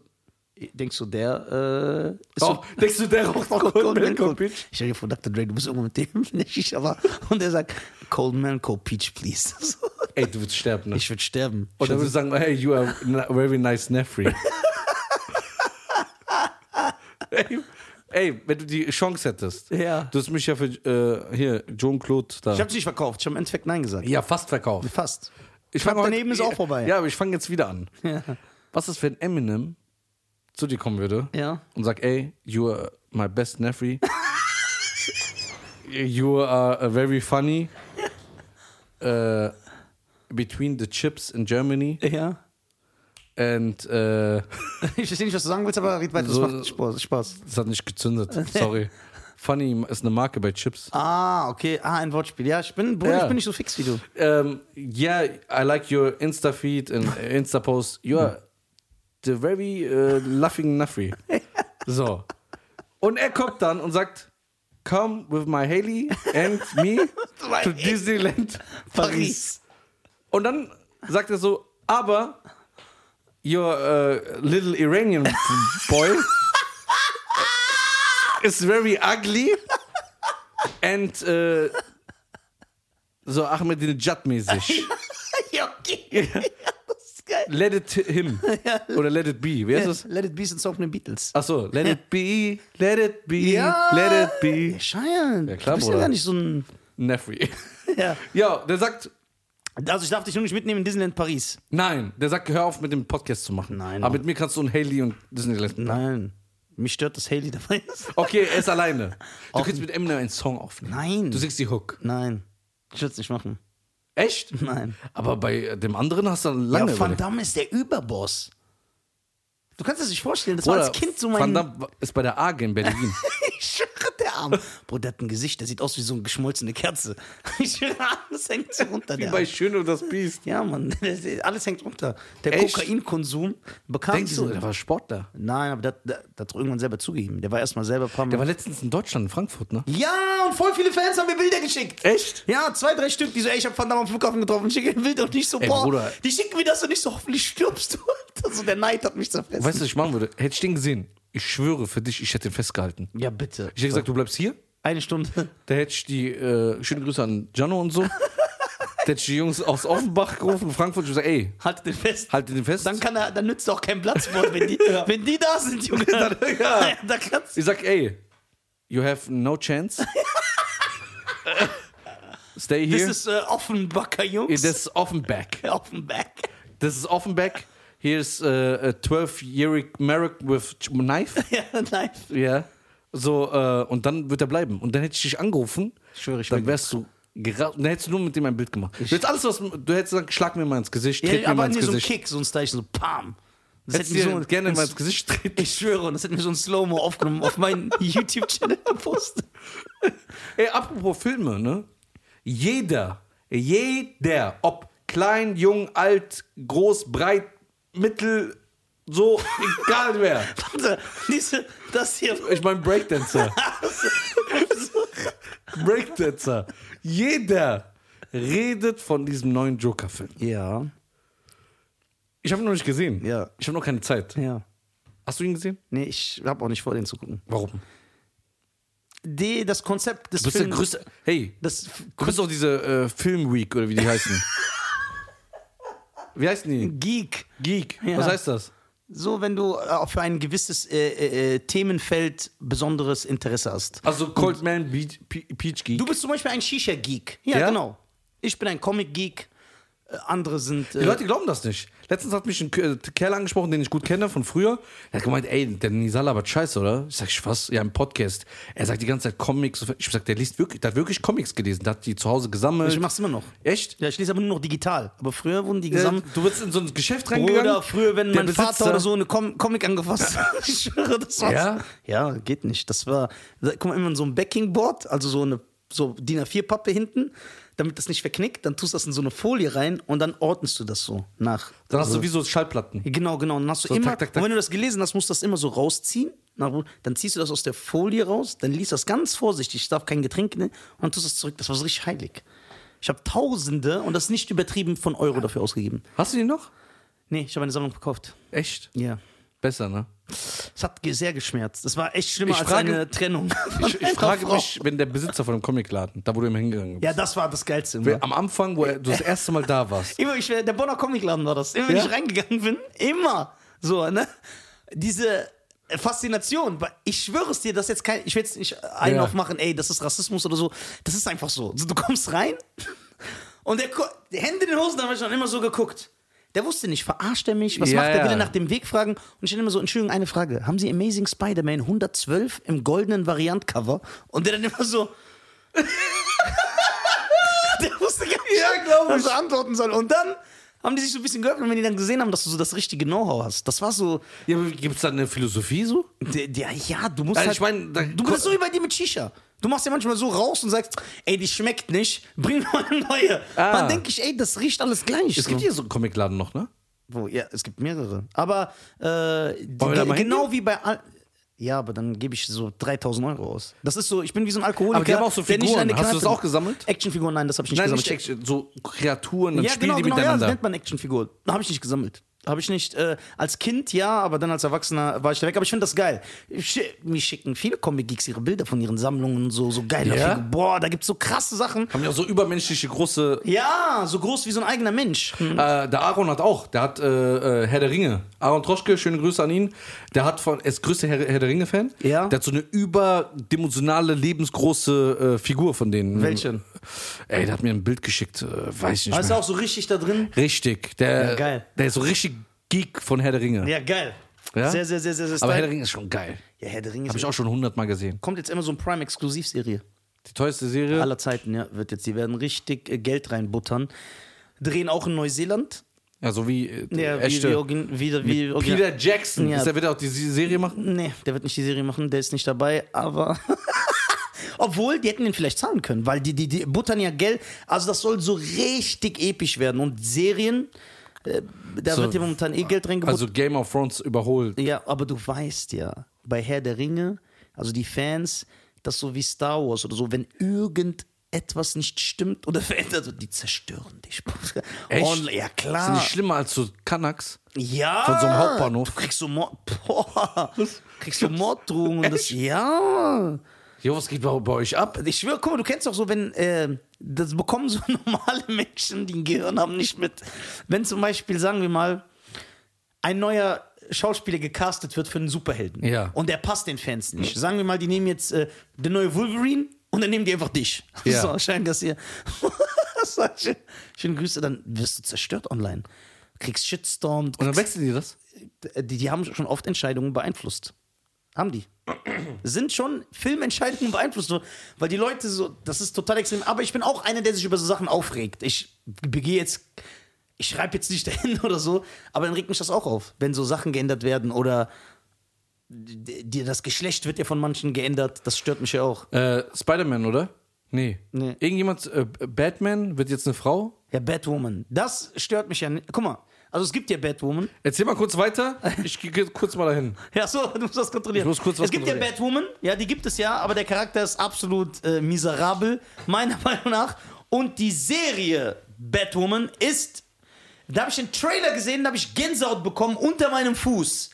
[SPEAKER 1] denkst du, der äh, ist
[SPEAKER 2] Oh, [laughs] denkst du, der raucht auch Goldman Gold Peach?
[SPEAKER 1] Ich stell dir vor, Dr. Dre, du bist irgendwo mit dem [laughs] nicht, aber und er sagt, Coldman, Cold Peach, please. [laughs] So.
[SPEAKER 2] Ey, du würdest sterben, ne?
[SPEAKER 1] Ich würde sterben.
[SPEAKER 2] Und dann würdest du sagen, hey, you are a very nice nephew. [laughs] ey, ey, wenn du die Chance hättest.
[SPEAKER 1] Ja.
[SPEAKER 2] Du hast mich ja für, äh, hier, John Claude da.
[SPEAKER 1] Ich hab's nicht verkauft, ich habe im Endeffekt Nein gesagt.
[SPEAKER 2] ja, fast verkauft.
[SPEAKER 1] Fast.
[SPEAKER 2] Ich fang heute-
[SPEAKER 1] daneben ist auch vorbei.
[SPEAKER 2] Ja, aber ich fange jetzt wieder an.
[SPEAKER 1] Ja.
[SPEAKER 2] Was ist, wenn Eminem zu dir kommen würde
[SPEAKER 1] Ja.
[SPEAKER 2] und sagt, ey, you are my best nephew. you are a very funny. äh, between the chips in Germany
[SPEAKER 1] Ja.
[SPEAKER 2] and
[SPEAKER 1] [laughs]
[SPEAKER 2] äh, [laughs]
[SPEAKER 1] Ich verstehe nicht, was du sagen willst, aber red weiter, das
[SPEAKER 2] So-
[SPEAKER 1] macht Spaß. Spaß.
[SPEAKER 2] das hat nicht gezündet. Sorry. funny ist eine Marke bei Chips.
[SPEAKER 1] Ah, okay. Ah, ein Wortspiel. Ja, ich bin, Bruder,
[SPEAKER 2] Ja.
[SPEAKER 1] ich bin nicht so fix wie du.
[SPEAKER 2] Um, yeah, I like your Insta feed and Insta post. You are the very uh, laughing Nuffy. So. Und er kommt dann und sagt, come with my Haley and me to Disneyland Paris. Und dann sagt er so, aber your uh, little Iranian boy is very ugly and uh, so Ahmedinejad-mäßig.
[SPEAKER 1] [laughs] ja, okay. Das ist geil.
[SPEAKER 2] Let it him. Oder let it be. Wie heißt das?
[SPEAKER 1] Let it be since auch den Beatles.
[SPEAKER 2] Achso, let it be, let it be,
[SPEAKER 1] Ja.
[SPEAKER 2] let it
[SPEAKER 1] Ja,
[SPEAKER 2] be.
[SPEAKER 1] Schein.
[SPEAKER 2] Ja, klar,
[SPEAKER 1] du bist
[SPEAKER 2] Bruder.
[SPEAKER 1] ja gar nicht so ein.
[SPEAKER 2] Nefri.
[SPEAKER 1] Ja.
[SPEAKER 2] Ja, der sagt,
[SPEAKER 1] Also, ich darf dich nur nicht mitnehmen in Disneyland Paris.
[SPEAKER 2] nein, der sagt, hör auf mit dem Podcast zu machen.
[SPEAKER 1] Nein,
[SPEAKER 2] Aber
[SPEAKER 1] Mann.
[SPEAKER 2] mit mir kannst du und Haley und Disneyland.
[SPEAKER 1] Nein. Mich stört, dass Haley dabei ist.
[SPEAKER 2] Okay, er ist alleine. Du kannst mit Eminem einen Song aufnehmen.
[SPEAKER 1] Nein.
[SPEAKER 2] Du singst die Hook.
[SPEAKER 1] Nein. Ich würde es nicht machen.
[SPEAKER 2] Echt?
[SPEAKER 1] Nein.
[SPEAKER 2] Aber bei äh, dem anderen hast du
[SPEAKER 1] Ja,
[SPEAKER 2] lange.
[SPEAKER 1] Van
[SPEAKER 2] überlegt.
[SPEAKER 1] Damme ist der Überboss. Du kannst das nicht vorstellen. Das war
[SPEAKER 2] Bruder,
[SPEAKER 1] als Kind so mein.
[SPEAKER 2] Van Damme ist bei der AG in Berlin.
[SPEAKER 1] [laughs] Ich schwöre, der Arm. Bro, der hat ein Gesicht, der sieht aus wie so eine geschmolzene Kerze. [laughs] Ich schwöre, alles hängt so runter. Der
[SPEAKER 2] bei
[SPEAKER 1] Arm.
[SPEAKER 2] Schön und das Biest.
[SPEAKER 1] Ja, Mann, [laughs] alles hängt runter. Der
[SPEAKER 2] Echt?
[SPEAKER 1] Kokainkonsum bekam
[SPEAKER 2] Denkst du,
[SPEAKER 1] diesen-
[SPEAKER 2] der war Sportler.
[SPEAKER 1] Nein, aber der, der, der hat irgendwann selber zugegeben. Der war erstmal selber ein paar
[SPEAKER 2] Der
[SPEAKER 1] Mal.
[SPEAKER 2] war letztens in Deutschland, in Frankfurt, ne?
[SPEAKER 1] Ja, und voll viele Fans haben mir Bilder geschickt.
[SPEAKER 2] Echt?
[SPEAKER 1] Ja, zwei, drei Stück, die so, ey, ich hab Van Damme am Flughafen getroffen, schicke mir Bilder und nicht so, boah,
[SPEAKER 2] Bruder.
[SPEAKER 1] die schicken mir das und nicht so, hoffentlich stirbst du. [laughs] Also der Neid hat mich zerfressen.
[SPEAKER 2] Weißt du, was ich machen würde? Hätte ich den gesehen, ich schwöre für dich, ich hätte ihn festgehalten.
[SPEAKER 1] ja, bitte.
[SPEAKER 2] Ich hätte gesagt, du bleibst hier.
[SPEAKER 1] Eine Stunde. [laughs]
[SPEAKER 2] Da hätte ich die, äh, schöne Grüße an Gianno und so. da hätte ich die Jungs aus Offenbach gerufen, Frankfurt, und gesagt, ey,
[SPEAKER 1] Haltet halt den fest.
[SPEAKER 2] haltet den fest.
[SPEAKER 1] Dann, kann er, dann nützt auch kein Platz vor, wenn
[SPEAKER 2] [laughs]
[SPEAKER 1] die, wenn die da sind, Junge. Dann, [laughs]
[SPEAKER 2] Ja.
[SPEAKER 1] da kannst du.
[SPEAKER 2] Ich sag, ey, you have no
[SPEAKER 1] [laughs]
[SPEAKER 2] chance. Stay
[SPEAKER 1] Das [laughs]
[SPEAKER 2] here.
[SPEAKER 1] ist äh, Offenbacker,
[SPEAKER 2] Ey,
[SPEAKER 1] Jungs. [laughs]
[SPEAKER 2] Das ist Offenbach.
[SPEAKER 1] Offenbach.
[SPEAKER 2] Das ist Offenbach. Here's uh, a 12-year Merrick with ch- knife.
[SPEAKER 1] [laughs] [laughs] Ja, nein.
[SPEAKER 2] Ja. So, äh, und dann wird er bleiben. Und dann hätte ich dich angerufen.
[SPEAKER 1] Ich schwöre, ich
[SPEAKER 2] Dann
[SPEAKER 1] bin-
[SPEAKER 2] wärst du gera- Dann hättest du nur mit dem ein Bild gemacht. Du hättest alles, was. Du hättest gesagt, schlag mir mal ins Gesicht,
[SPEAKER 1] Ja,
[SPEAKER 2] tritt mir mal
[SPEAKER 1] Äh, aber
[SPEAKER 2] ins
[SPEAKER 1] nee, so ein
[SPEAKER 2] Gesicht.
[SPEAKER 1] Kick, so ein Style, so Pam. Das
[SPEAKER 2] hättest dir gerne mal ins Gesicht treten.
[SPEAKER 1] Ich schwöre, das hätten wir so ein Slow-Mo aufgenommen auf
[SPEAKER 2] [laughs]
[SPEAKER 1] meinen YouTube-Channel gepostet.
[SPEAKER 2] Ey, apropos Filme, ne? Jeder, jeder, ob klein, jung, alt, groß, breit, mittel, so, [laughs] egal wer.
[SPEAKER 1] Warte, diese, das hier.
[SPEAKER 2] Ich meine Breakdancer. [laughs] Breakdancer. Jeder redet von diesem neuen Joker-Film.
[SPEAKER 1] Ja,
[SPEAKER 2] Ich habe ihn noch nicht gesehen.
[SPEAKER 1] Ja.
[SPEAKER 2] Ich habe noch keine Zeit.
[SPEAKER 1] ja.
[SPEAKER 2] Hast du ihn gesehen?
[SPEAKER 1] Nee, ich habe auch nicht vor, den zu gucken.
[SPEAKER 2] Warum?
[SPEAKER 1] Die, das Konzept des
[SPEAKER 2] Du bist der
[SPEAKER 1] Films.
[SPEAKER 2] größte. Hey,
[SPEAKER 1] Das,
[SPEAKER 2] du bist doch diese äh, Film Week oder wie die [laughs] heißen. wie heißen die?
[SPEAKER 1] Geek.
[SPEAKER 2] Geek.
[SPEAKER 1] Ja.
[SPEAKER 2] Was heißt das?
[SPEAKER 1] So, wenn du äh, für ein gewisses äh, äh, äh, Themenfeld besonderes Interesse hast.
[SPEAKER 2] Also Coldman Beach, Pe- Peach Geek.
[SPEAKER 1] Du bist zum Beispiel ein Shisha-Geek. Ja,
[SPEAKER 2] Ja?
[SPEAKER 1] genau. Ich bin ein Comic-Geek. äh, andere sind.
[SPEAKER 2] Die
[SPEAKER 1] Äh,
[SPEAKER 2] Leute glauben das nicht. Letztens hat mich ein K- äh, Kerl angesprochen, den ich gut kenne von früher. Er hat gemeint, ey, der Nisa labert scheiße, oder? Ich sag, ich, was? Ja, im Podcast. Er sagt die ganze Zeit Comics. Ich sag, der liest wirklich, der hat wirklich Comics gelesen. Der hat die zu Hause gesammelt.
[SPEAKER 1] ich mach's immer noch.
[SPEAKER 2] Echt?
[SPEAKER 1] Ja, ich lese aber nur noch digital. Aber früher wurden die
[SPEAKER 2] Ja,
[SPEAKER 1] gesammelt.
[SPEAKER 2] du bist in so ein Geschäft reingegangen.
[SPEAKER 1] Oder früher, wenn
[SPEAKER 2] Der
[SPEAKER 1] mein
[SPEAKER 2] Besitzer-
[SPEAKER 1] Vater oder so eine Com Comic angefasst hat. [laughs] Ich schwöre, das war's.
[SPEAKER 2] Ja?
[SPEAKER 1] ja, geht nicht. Das war, guck mal, immer so ein Backingboard, also so eine so DIN A4-Pappe hinten, damit das nicht verknickt. Dann tust du das in so eine Folie rein und dann ordnest du das so nach. Also
[SPEAKER 2] Dann hast du wie so Schallplatten.
[SPEAKER 1] Genau, genau. Dann hast du immer,
[SPEAKER 2] tak, tak, tak.
[SPEAKER 1] Und wenn du das gelesen hast, musst du das immer so rausziehen. Na, wo- Dann ziehst du das aus der Folie raus, dann liest das ganz vorsichtig, ich darf kein Getränk ne? und tust das zurück. Das war so richtig heilig. Ich habe Tausende und das ist nicht übertrieben von Euro dafür ausgegeben.
[SPEAKER 2] Hast du die noch?
[SPEAKER 1] Nee, ich habe eine Sammlung verkauft.
[SPEAKER 2] Echt?
[SPEAKER 1] Ja.
[SPEAKER 2] Besser, ne?
[SPEAKER 1] Es hat ge- sehr geschmerzt. Es war echt schlimmer
[SPEAKER 2] Ich
[SPEAKER 1] als
[SPEAKER 2] frage-
[SPEAKER 1] eine Trennung. von [laughs]
[SPEAKER 2] Ich, ich
[SPEAKER 1] einer
[SPEAKER 2] frage
[SPEAKER 1] Frau.
[SPEAKER 2] mich, wenn der Besitzer von dem Comicladen, da wo du immer hingegangen bist,
[SPEAKER 1] Ja, das war das Geilste. Immer.
[SPEAKER 2] am Anfang, wo er, du das erste Mal da warst,
[SPEAKER 1] Immer, ich, wär- der Bonner Comicladen war das. Immer, wenn
[SPEAKER 2] Ja?
[SPEAKER 1] ich reingegangen bin, immer so, ne? Diese Faszination, weil ich schwöre es dir, dass jetzt kein, ich will jetzt nicht einen
[SPEAKER 2] Ja.
[SPEAKER 1] aufmachen, ey, das ist Rassismus oder so. Das ist einfach so. Du kommst rein und der, Ko- die Hände in den Hosen, da habe ich dann immer so geguckt. Der wusste nicht, verarscht er mich, was
[SPEAKER 2] Ja,
[SPEAKER 1] macht er,
[SPEAKER 2] ja.
[SPEAKER 1] will er nach dem Weg fragen? Und ich dann immer so, Entschuldigung, eine Frage. Haben Sie Amazing Spider-Man 112 im goldenen Variant-Cover? Und der dann immer so, [laughs] der wusste gar nicht,
[SPEAKER 2] Ja, glaub
[SPEAKER 1] was er antworten soll. Und dann haben die sich so ein bisschen geöffnet, wenn die dann gesehen haben, dass du so das richtige Know-how hast. Das war so,
[SPEAKER 2] ja, gibt es da eine Philosophie so?
[SPEAKER 1] der, der, ja, du musst
[SPEAKER 2] Also
[SPEAKER 1] halt,
[SPEAKER 2] ich mein, da-
[SPEAKER 1] du bist so wie bei dir mit Shisha. Du machst ja manchmal so raus und sagst, ey, die schmeckt nicht, [laughs] bring mir mal eine neue.
[SPEAKER 2] Ah.
[SPEAKER 1] Dann denke ich, ey, das riecht alles gleich.
[SPEAKER 2] Es gibt hier so einen Comicladen noch, ne?
[SPEAKER 1] Wo, ja, es gibt mehrere. Aber äh, die,
[SPEAKER 2] Wollen wir da mal
[SPEAKER 1] genau wie bei... Al ja, aber dann gebe ich so 3000 Euro aus. Das ist so, ich bin wie so ein Alkoholiker.
[SPEAKER 2] Aber die haben auch so
[SPEAKER 1] der nicht
[SPEAKER 2] Figuren.
[SPEAKER 1] eine
[SPEAKER 2] Hast du
[SPEAKER 1] Kneipe-
[SPEAKER 2] das auch gesammelt?
[SPEAKER 1] Actionfiguren, nein, das habe ich nicht
[SPEAKER 2] Nein,
[SPEAKER 1] gesammelt.
[SPEAKER 2] nicht Action, so Kreaturen, dann
[SPEAKER 1] ja, genau,
[SPEAKER 2] spielen die
[SPEAKER 1] genau, ja, das
[SPEAKER 2] miteinander.
[SPEAKER 1] nennt man Actionfigur. Habe ich nicht gesammelt. Habe ich nicht. Äh, als Kind ja, aber dann als Erwachsener war ich da weg. Aber ich finde das geil. Sch mir schicken viele Comic-Geeks ihre Bilder von ihren Sammlungen und so, so geile
[SPEAKER 2] Ja?
[SPEAKER 1] Figuren. Boah, da gibt's so krasse Sachen.
[SPEAKER 2] Haben ja auch so übermenschliche große.
[SPEAKER 1] Ja, so groß wie so ein eigener Mensch. Hm.
[SPEAKER 2] Äh, der Aaron hat auch, der hat äh, äh, Herr der Ringe. Aaron Troschke, schöne Grüße an ihn. Der hat von, er ist größter Herr, Herr der Ringe-Fan.
[SPEAKER 1] Ja.
[SPEAKER 2] Der hat so eine überdimensionale, lebensgroße äh, Figur von denen.
[SPEAKER 1] Welchen?
[SPEAKER 2] Ey, der hat mir ein Bild geschickt, äh, weiß ich nicht.
[SPEAKER 1] Weißt du
[SPEAKER 2] mehr.
[SPEAKER 1] auch so richtig da drin?
[SPEAKER 2] Richtig. Der,
[SPEAKER 1] Ja, geil.
[SPEAKER 2] der ist so richtig Geek von Herr der Ringe.
[SPEAKER 1] Ja, geil.
[SPEAKER 2] Ja?
[SPEAKER 1] Sehr, sehr, sehr, sehr, sehr
[SPEAKER 2] Aber
[SPEAKER 1] stylisch.
[SPEAKER 2] Herr der Ringe ist schon geil.
[SPEAKER 1] Ja, Herr der Ringe
[SPEAKER 2] Habe
[SPEAKER 1] ist
[SPEAKER 2] ich auch schon hundertmal gesehen.
[SPEAKER 1] kommt jetzt immer so ein Prime-Exklusivserie.
[SPEAKER 2] Die teuerste Serie.
[SPEAKER 1] Aller Zeiten, ja, wird jetzt. Die werden richtig äh, Geld reinbuttern. Drehen auch in Neuseeland.
[SPEAKER 2] Ja, so wie äh,
[SPEAKER 1] Ja, wie,
[SPEAKER 2] echte.
[SPEAKER 1] wie, Origin- wie, wie Origin-
[SPEAKER 2] Peter Jackson.
[SPEAKER 1] Ja.
[SPEAKER 2] Ist der wird er auch die Serie machen?
[SPEAKER 1] Nee, der wird nicht die Serie machen, der ist nicht dabei, aber. [laughs] Obwohl, die hätten den vielleicht zahlen können, weil die, die, die buttern ja Geld. Also, das soll so richtig episch werden. Und Serien, äh, da
[SPEAKER 2] So,
[SPEAKER 1] wird ja momentan eh Geld reingebuttert.
[SPEAKER 2] Also Game of Thrones überholt.
[SPEAKER 1] ja, aber du weißt ja, bei Herr der Ringe, also die Fans, das so wie Star Wars oder so, wenn irgendetwas nicht stimmt oder [laughs] verändert wird, die zerstören dich.
[SPEAKER 2] Echt?
[SPEAKER 1] Und, ja,
[SPEAKER 2] Ist
[SPEAKER 1] klar.
[SPEAKER 2] nicht schlimmer als so Canucks.
[SPEAKER 1] Ja.
[SPEAKER 2] Von so einem Hauptbahnhof.
[SPEAKER 1] Du kriegst so Mord.
[SPEAKER 2] [laughs]
[SPEAKER 1] Boah. Kriegst du Morddrohungen. und Das, ja.
[SPEAKER 2] Jo, was geht bei, bei euch ab?
[SPEAKER 1] Ich schwöre, guck mal, du kennst doch so, wenn, äh, das bekommen so [laughs] normale Menschen, die ein Gehirn haben, nicht mit. Wenn zum Beispiel, sagen wir mal, ein neuer Schauspieler gecastet wird für einen Superhelden.
[SPEAKER 2] Ja.
[SPEAKER 1] Und der passt den Fans nicht. Sagen wir mal, die nehmen jetzt äh, den neuen Wolverine und dann nehmen die einfach dich.
[SPEAKER 2] [laughs] Ja.
[SPEAKER 1] So, Schein, dass [laughs] ihr. Schön- Schöne Grüße, dann wirst du zerstört online. Kriegst Shitstorm.
[SPEAKER 2] Und dann wechseln die das?
[SPEAKER 1] äh, die, die haben schon oft Entscheidungen beeinflusst. Haben die. [clears throat] Sind schon Filmentscheidungen beeinflusst, worden, weil die Leute so, das ist total extrem. Aber ich bin auch einer, der sich über so Sachen aufregt. Ich begehe jetzt, ich schreibe jetzt nicht [laughs] dahin oder so, aber dann regt mich das auch auf, wenn so Sachen geändert werden oder die, die- das Geschlecht wird ja von manchen geändert. Das stört mich ja auch.
[SPEAKER 2] Äh, Spider-Man, oder? Nee.
[SPEAKER 1] Nee.
[SPEAKER 2] Irgendjemand, äh, Batman wird jetzt eine Frau?
[SPEAKER 1] Ja, Batwoman. Das stört mich ja nicht. Guck mal, also es gibt ja Batwoman.
[SPEAKER 2] Erzähl mal kurz weiter. Ich gehe kurz mal dahin.
[SPEAKER 1] [laughs] Ja, so, du musst das kontrollieren.
[SPEAKER 2] Ich muss kurz was
[SPEAKER 1] es gibt ja
[SPEAKER 2] kontrollieren.
[SPEAKER 1] Batwoman, ja, die gibt es ja, aber der Charakter ist absolut äh, miserabel, meiner [laughs] Meinung nach. Und die Serie Batwoman ist, da habe ich den Trailer gesehen, da habe ich Gänsehaut bekommen unter meinem Fuß.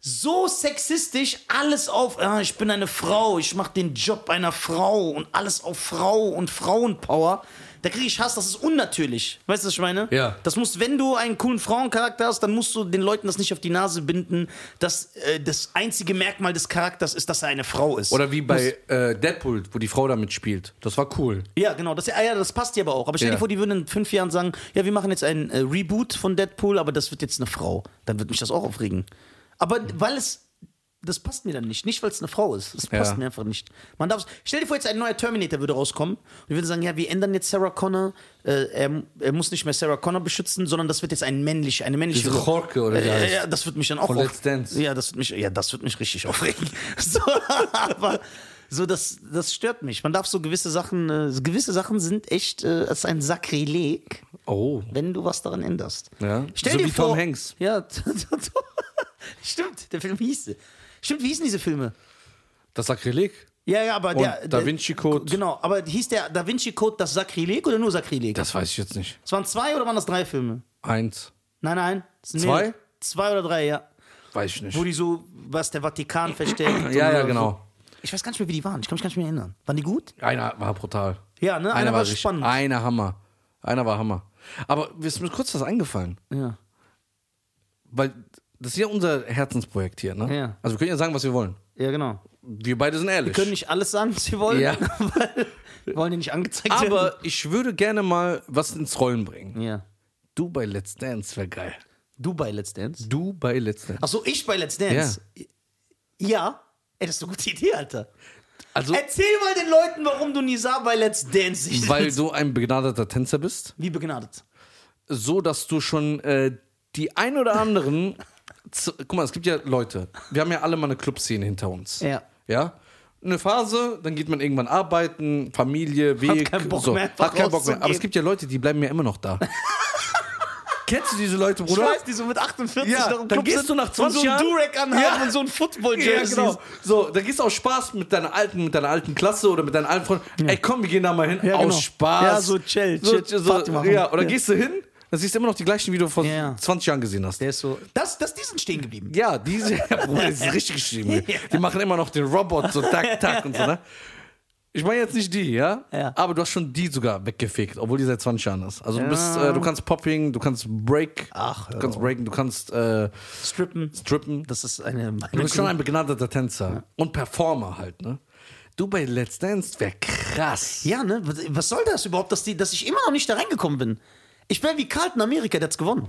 [SPEAKER 1] so sexistisch alles auf, ah, ich bin eine Frau, ich mache den Job einer Frau und alles auf Frau und Frauenpower. Da kriege ich Hass, das ist unnatürlich. Weißt du, was ich meine?
[SPEAKER 2] Ja.
[SPEAKER 1] Das muss, wenn du einen coolen Frauencharakter hast, dann musst du den Leuten das nicht auf die Nase binden, dass äh, das einzige Merkmal des Charakters ist, dass er eine Frau ist.
[SPEAKER 2] Oder wie bei äh, Deadpool, wo die Frau damit spielt. Das war cool.
[SPEAKER 1] Ja, genau. Das, ah, ja, das passt dir aber auch. Aber stell
[SPEAKER 2] Ja.
[SPEAKER 1] dir vor, die würden in fünf Jahren sagen, ja, wir machen jetzt einen äh, Reboot von Deadpool, aber das wird jetzt eine Frau. Dann wird mich das auch aufregen. Aber weil es. Das passt mir dann nicht. Nicht, weil es eine Frau ist. Das passt
[SPEAKER 2] Ja.
[SPEAKER 1] mir einfach nicht. Man darf's, stell dir vor, jetzt ein neuer Terminator würde rauskommen. Und wir würden sagen, ja, wir ändern jetzt Sarah Connor. Äh, er, er muss nicht mehr Sarah Connor beschützen, sondern das wird jetzt ein männlich, eine männliche
[SPEAKER 2] Diese
[SPEAKER 1] Rolle.
[SPEAKER 2] Jorge oder wie
[SPEAKER 1] Ja,
[SPEAKER 2] heißt.
[SPEAKER 1] ja, das wird mich dann auch
[SPEAKER 2] Von
[SPEAKER 1] auf-
[SPEAKER 2] Let's Dance.
[SPEAKER 1] Ja, das wird mich, ja, das wird mich
[SPEAKER 2] [laughs]
[SPEAKER 1] richtig aufregen. So, aber so das, das stört mich. Man darf so gewisse Sachen, äh, gewisse Sachen sind echt, äh, es ist ein Sakrileg,
[SPEAKER 2] Oh.
[SPEAKER 1] wenn du was daran änderst.
[SPEAKER 2] Ja.
[SPEAKER 1] Stell
[SPEAKER 2] so
[SPEAKER 1] dir
[SPEAKER 2] wie
[SPEAKER 1] vor,
[SPEAKER 2] Tom Hanks.
[SPEAKER 1] Ja, [laughs] stimmt. Der Film wie hieß. der? Stimmt, wie hießen diese Filme?
[SPEAKER 2] Das Sakrileg.
[SPEAKER 1] Ja, ja, aber
[SPEAKER 2] Und
[SPEAKER 1] der
[SPEAKER 2] Da
[SPEAKER 1] der-
[SPEAKER 2] Vinci Code.
[SPEAKER 1] Genau, aber hieß der Da Vinci Code das Sakrileg oder nur Sakrileg?
[SPEAKER 2] Das weiß ich jetzt nicht.
[SPEAKER 1] Es waren zwei oder waren das drei Filme?
[SPEAKER 2] Eins.
[SPEAKER 1] Nein, nein. es sind
[SPEAKER 2] Zwei?
[SPEAKER 1] mehrere. Zwei oder drei, ja.
[SPEAKER 2] Weiß ich nicht.
[SPEAKER 1] Wo die so, was der Vatikan
[SPEAKER 2] [clears throat]
[SPEAKER 1] versteckt.
[SPEAKER 2] Ja, ja,
[SPEAKER 1] und so.
[SPEAKER 2] genau.
[SPEAKER 1] Ich weiß gar nicht mehr, wie die waren. Ich kann mich gar nicht mehr erinnern. Waren die gut?
[SPEAKER 2] Einer war brutal.
[SPEAKER 1] Ja, ne? Einer, war,
[SPEAKER 2] richtig-
[SPEAKER 1] spannend.
[SPEAKER 2] Einer Hammer. Einer war Hammer. Aber mir ist mir kurz was eingefallen.
[SPEAKER 1] Ja.
[SPEAKER 2] Weil das ist ja unser Herzensprojekt hier, ne?
[SPEAKER 1] Ja.
[SPEAKER 2] Also wir können ja sagen, was wir wollen.
[SPEAKER 1] ja, genau.
[SPEAKER 2] Wir beide sind ehrlich.
[SPEAKER 1] Wir können nicht alles sagen, was wir wollen.
[SPEAKER 2] Ja.
[SPEAKER 1] [laughs] weil wir wollen ja nicht angezeigt werden.
[SPEAKER 2] Aber ich würde gerne mal was ins Rollen bringen.
[SPEAKER 1] Ja.
[SPEAKER 2] Du bei Let's Dance wäre geil.
[SPEAKER 1] Du bei Let's Dance?
[SPEAKER 2] Du bei Let's Dance.
[SPEAKER 1] Achso, ich bei Let's Dance? Ja. Ey, das ist eine gute Idee, Alter.
[SPEAKER 2] Also,
[SPEAKER 1] Erzähl mal den Leuten, warum du Nisa bei Let's Dance siehst.
[SPEAKER 2] weil du ein begnadeter Tänzer bist,
[SPEAKER 1] Wie begnadet.
[SPEAKER 2] so dass du schon äh, die ein oder anderen. [laughs] Z- Guck mal, es gibt ja Leute. Wir haben ja alle mal eine Clubszene hinter uns.
[SPEAKER 1] Ja.
[SPEAKER 2] Ja. Eine Phase, dann geht man irgendwann arbeiten, Familie, Weg.
[SPEAKER 1] keinen Bock
[SPEAKER 2] so.
[SPEAKER 1] mehr,
[SPEAKER 2] Hat keinen Bock mehr.
[SPEAKER 1] rauszugehen.
[SPEAKER 2] Aber es gibt ja Leute, die bleiben ja immer
[SPEAKER 1] [laughs]
[SPEAKER 2] noch da. Kennst du diese Leute, Bruder?
[SPEAKER 1] die so mit 48
[SPEAKER 2] Ja,
[SPEAKER 1] noch im
[SPEAKER 2] dann
[SPEAKER 1] Club
[SPEAKER 2] gehst
[SPEAKER 1] sind
[SPEAKER 2] du nach 20
[SPEAKER 1] und so ein
[SPEAKER 2] Jahren-
[SPEAKER 1] Durek anhaben
[SPEAKER 2] Ja.
[SPEAKER 1] und so ein
[SPEAKER 2] Ja,
[SPEAKER 1] Football-Jersey.
[SPEAKER 2] genau. So, da gehst du auch Spaß mit deiner alten, mit deiner alten Klasse oder mit deinen alten Freunden. Ey, komm, wir gehen da mal hin.
[SPEAKER 1] Ja,
[SPEAKER 2] Aus
[SPEAKER 1] genau.
[SPEAKER 2] Spaß.
[SPEAKER 1] Ja, so chill,
[SPEAKER 2] So,
[SPEAKER 1] chill,
[SPEAKER 2] so,
[SPEAKER 1] Party machen.
[SPEAKER 2] ja, oder
[SPEAKER 1] Ja.
[SPEAKER 2] gehst du hin, dann siehst du immer noch die gleichen, wie du vor
[SPEAKER 1] Ja.
[SPEAKER 2] 20 Jahren gesehen hast.
[SPEAKER 1] Der ist so. Das, das, die sind stehen geblieben.
[SPEAKER 2] Ja, diese, ja, [laughs] Bruder, das ist
[SPEAKER 1] [laughs]
[SPEAKER 2] richtig geschrieben. Die machen immer noch den Robot so tak, tak und so, ne? Ich meine jetzt nicht die, ja?
[SPEAKER 1] Ja.
[SPEAKER 2] Aber du hast schon die sogar weggefegt, obwohl die seit 20 Jahren ist. Also du bist, äh, du kannst Popping, du kannst Break,
[SPEAKER 1] Ach,
[SPEAKER 2] du
[SPEAKER 1] hör
[SPEAKER 2] kannst Breaken, du kannst äh,
[SPEAKER 1] Strippen.
[SPEAKER 2] Strippen.
[SPEAKER 1] Das ist eine.
[SPEAKER 2] Du bist schon ein begnadeter Tänzer und Performer halt, ne? Du bei Let's Dance wär krass.
[SPEAKER 1] ja, ne? Was soll das überhaupt, dass, die, dass ich immer noch nicht da reingekommen bin? Ich wäre wie Carlton Amerika, der hat's gewonnen.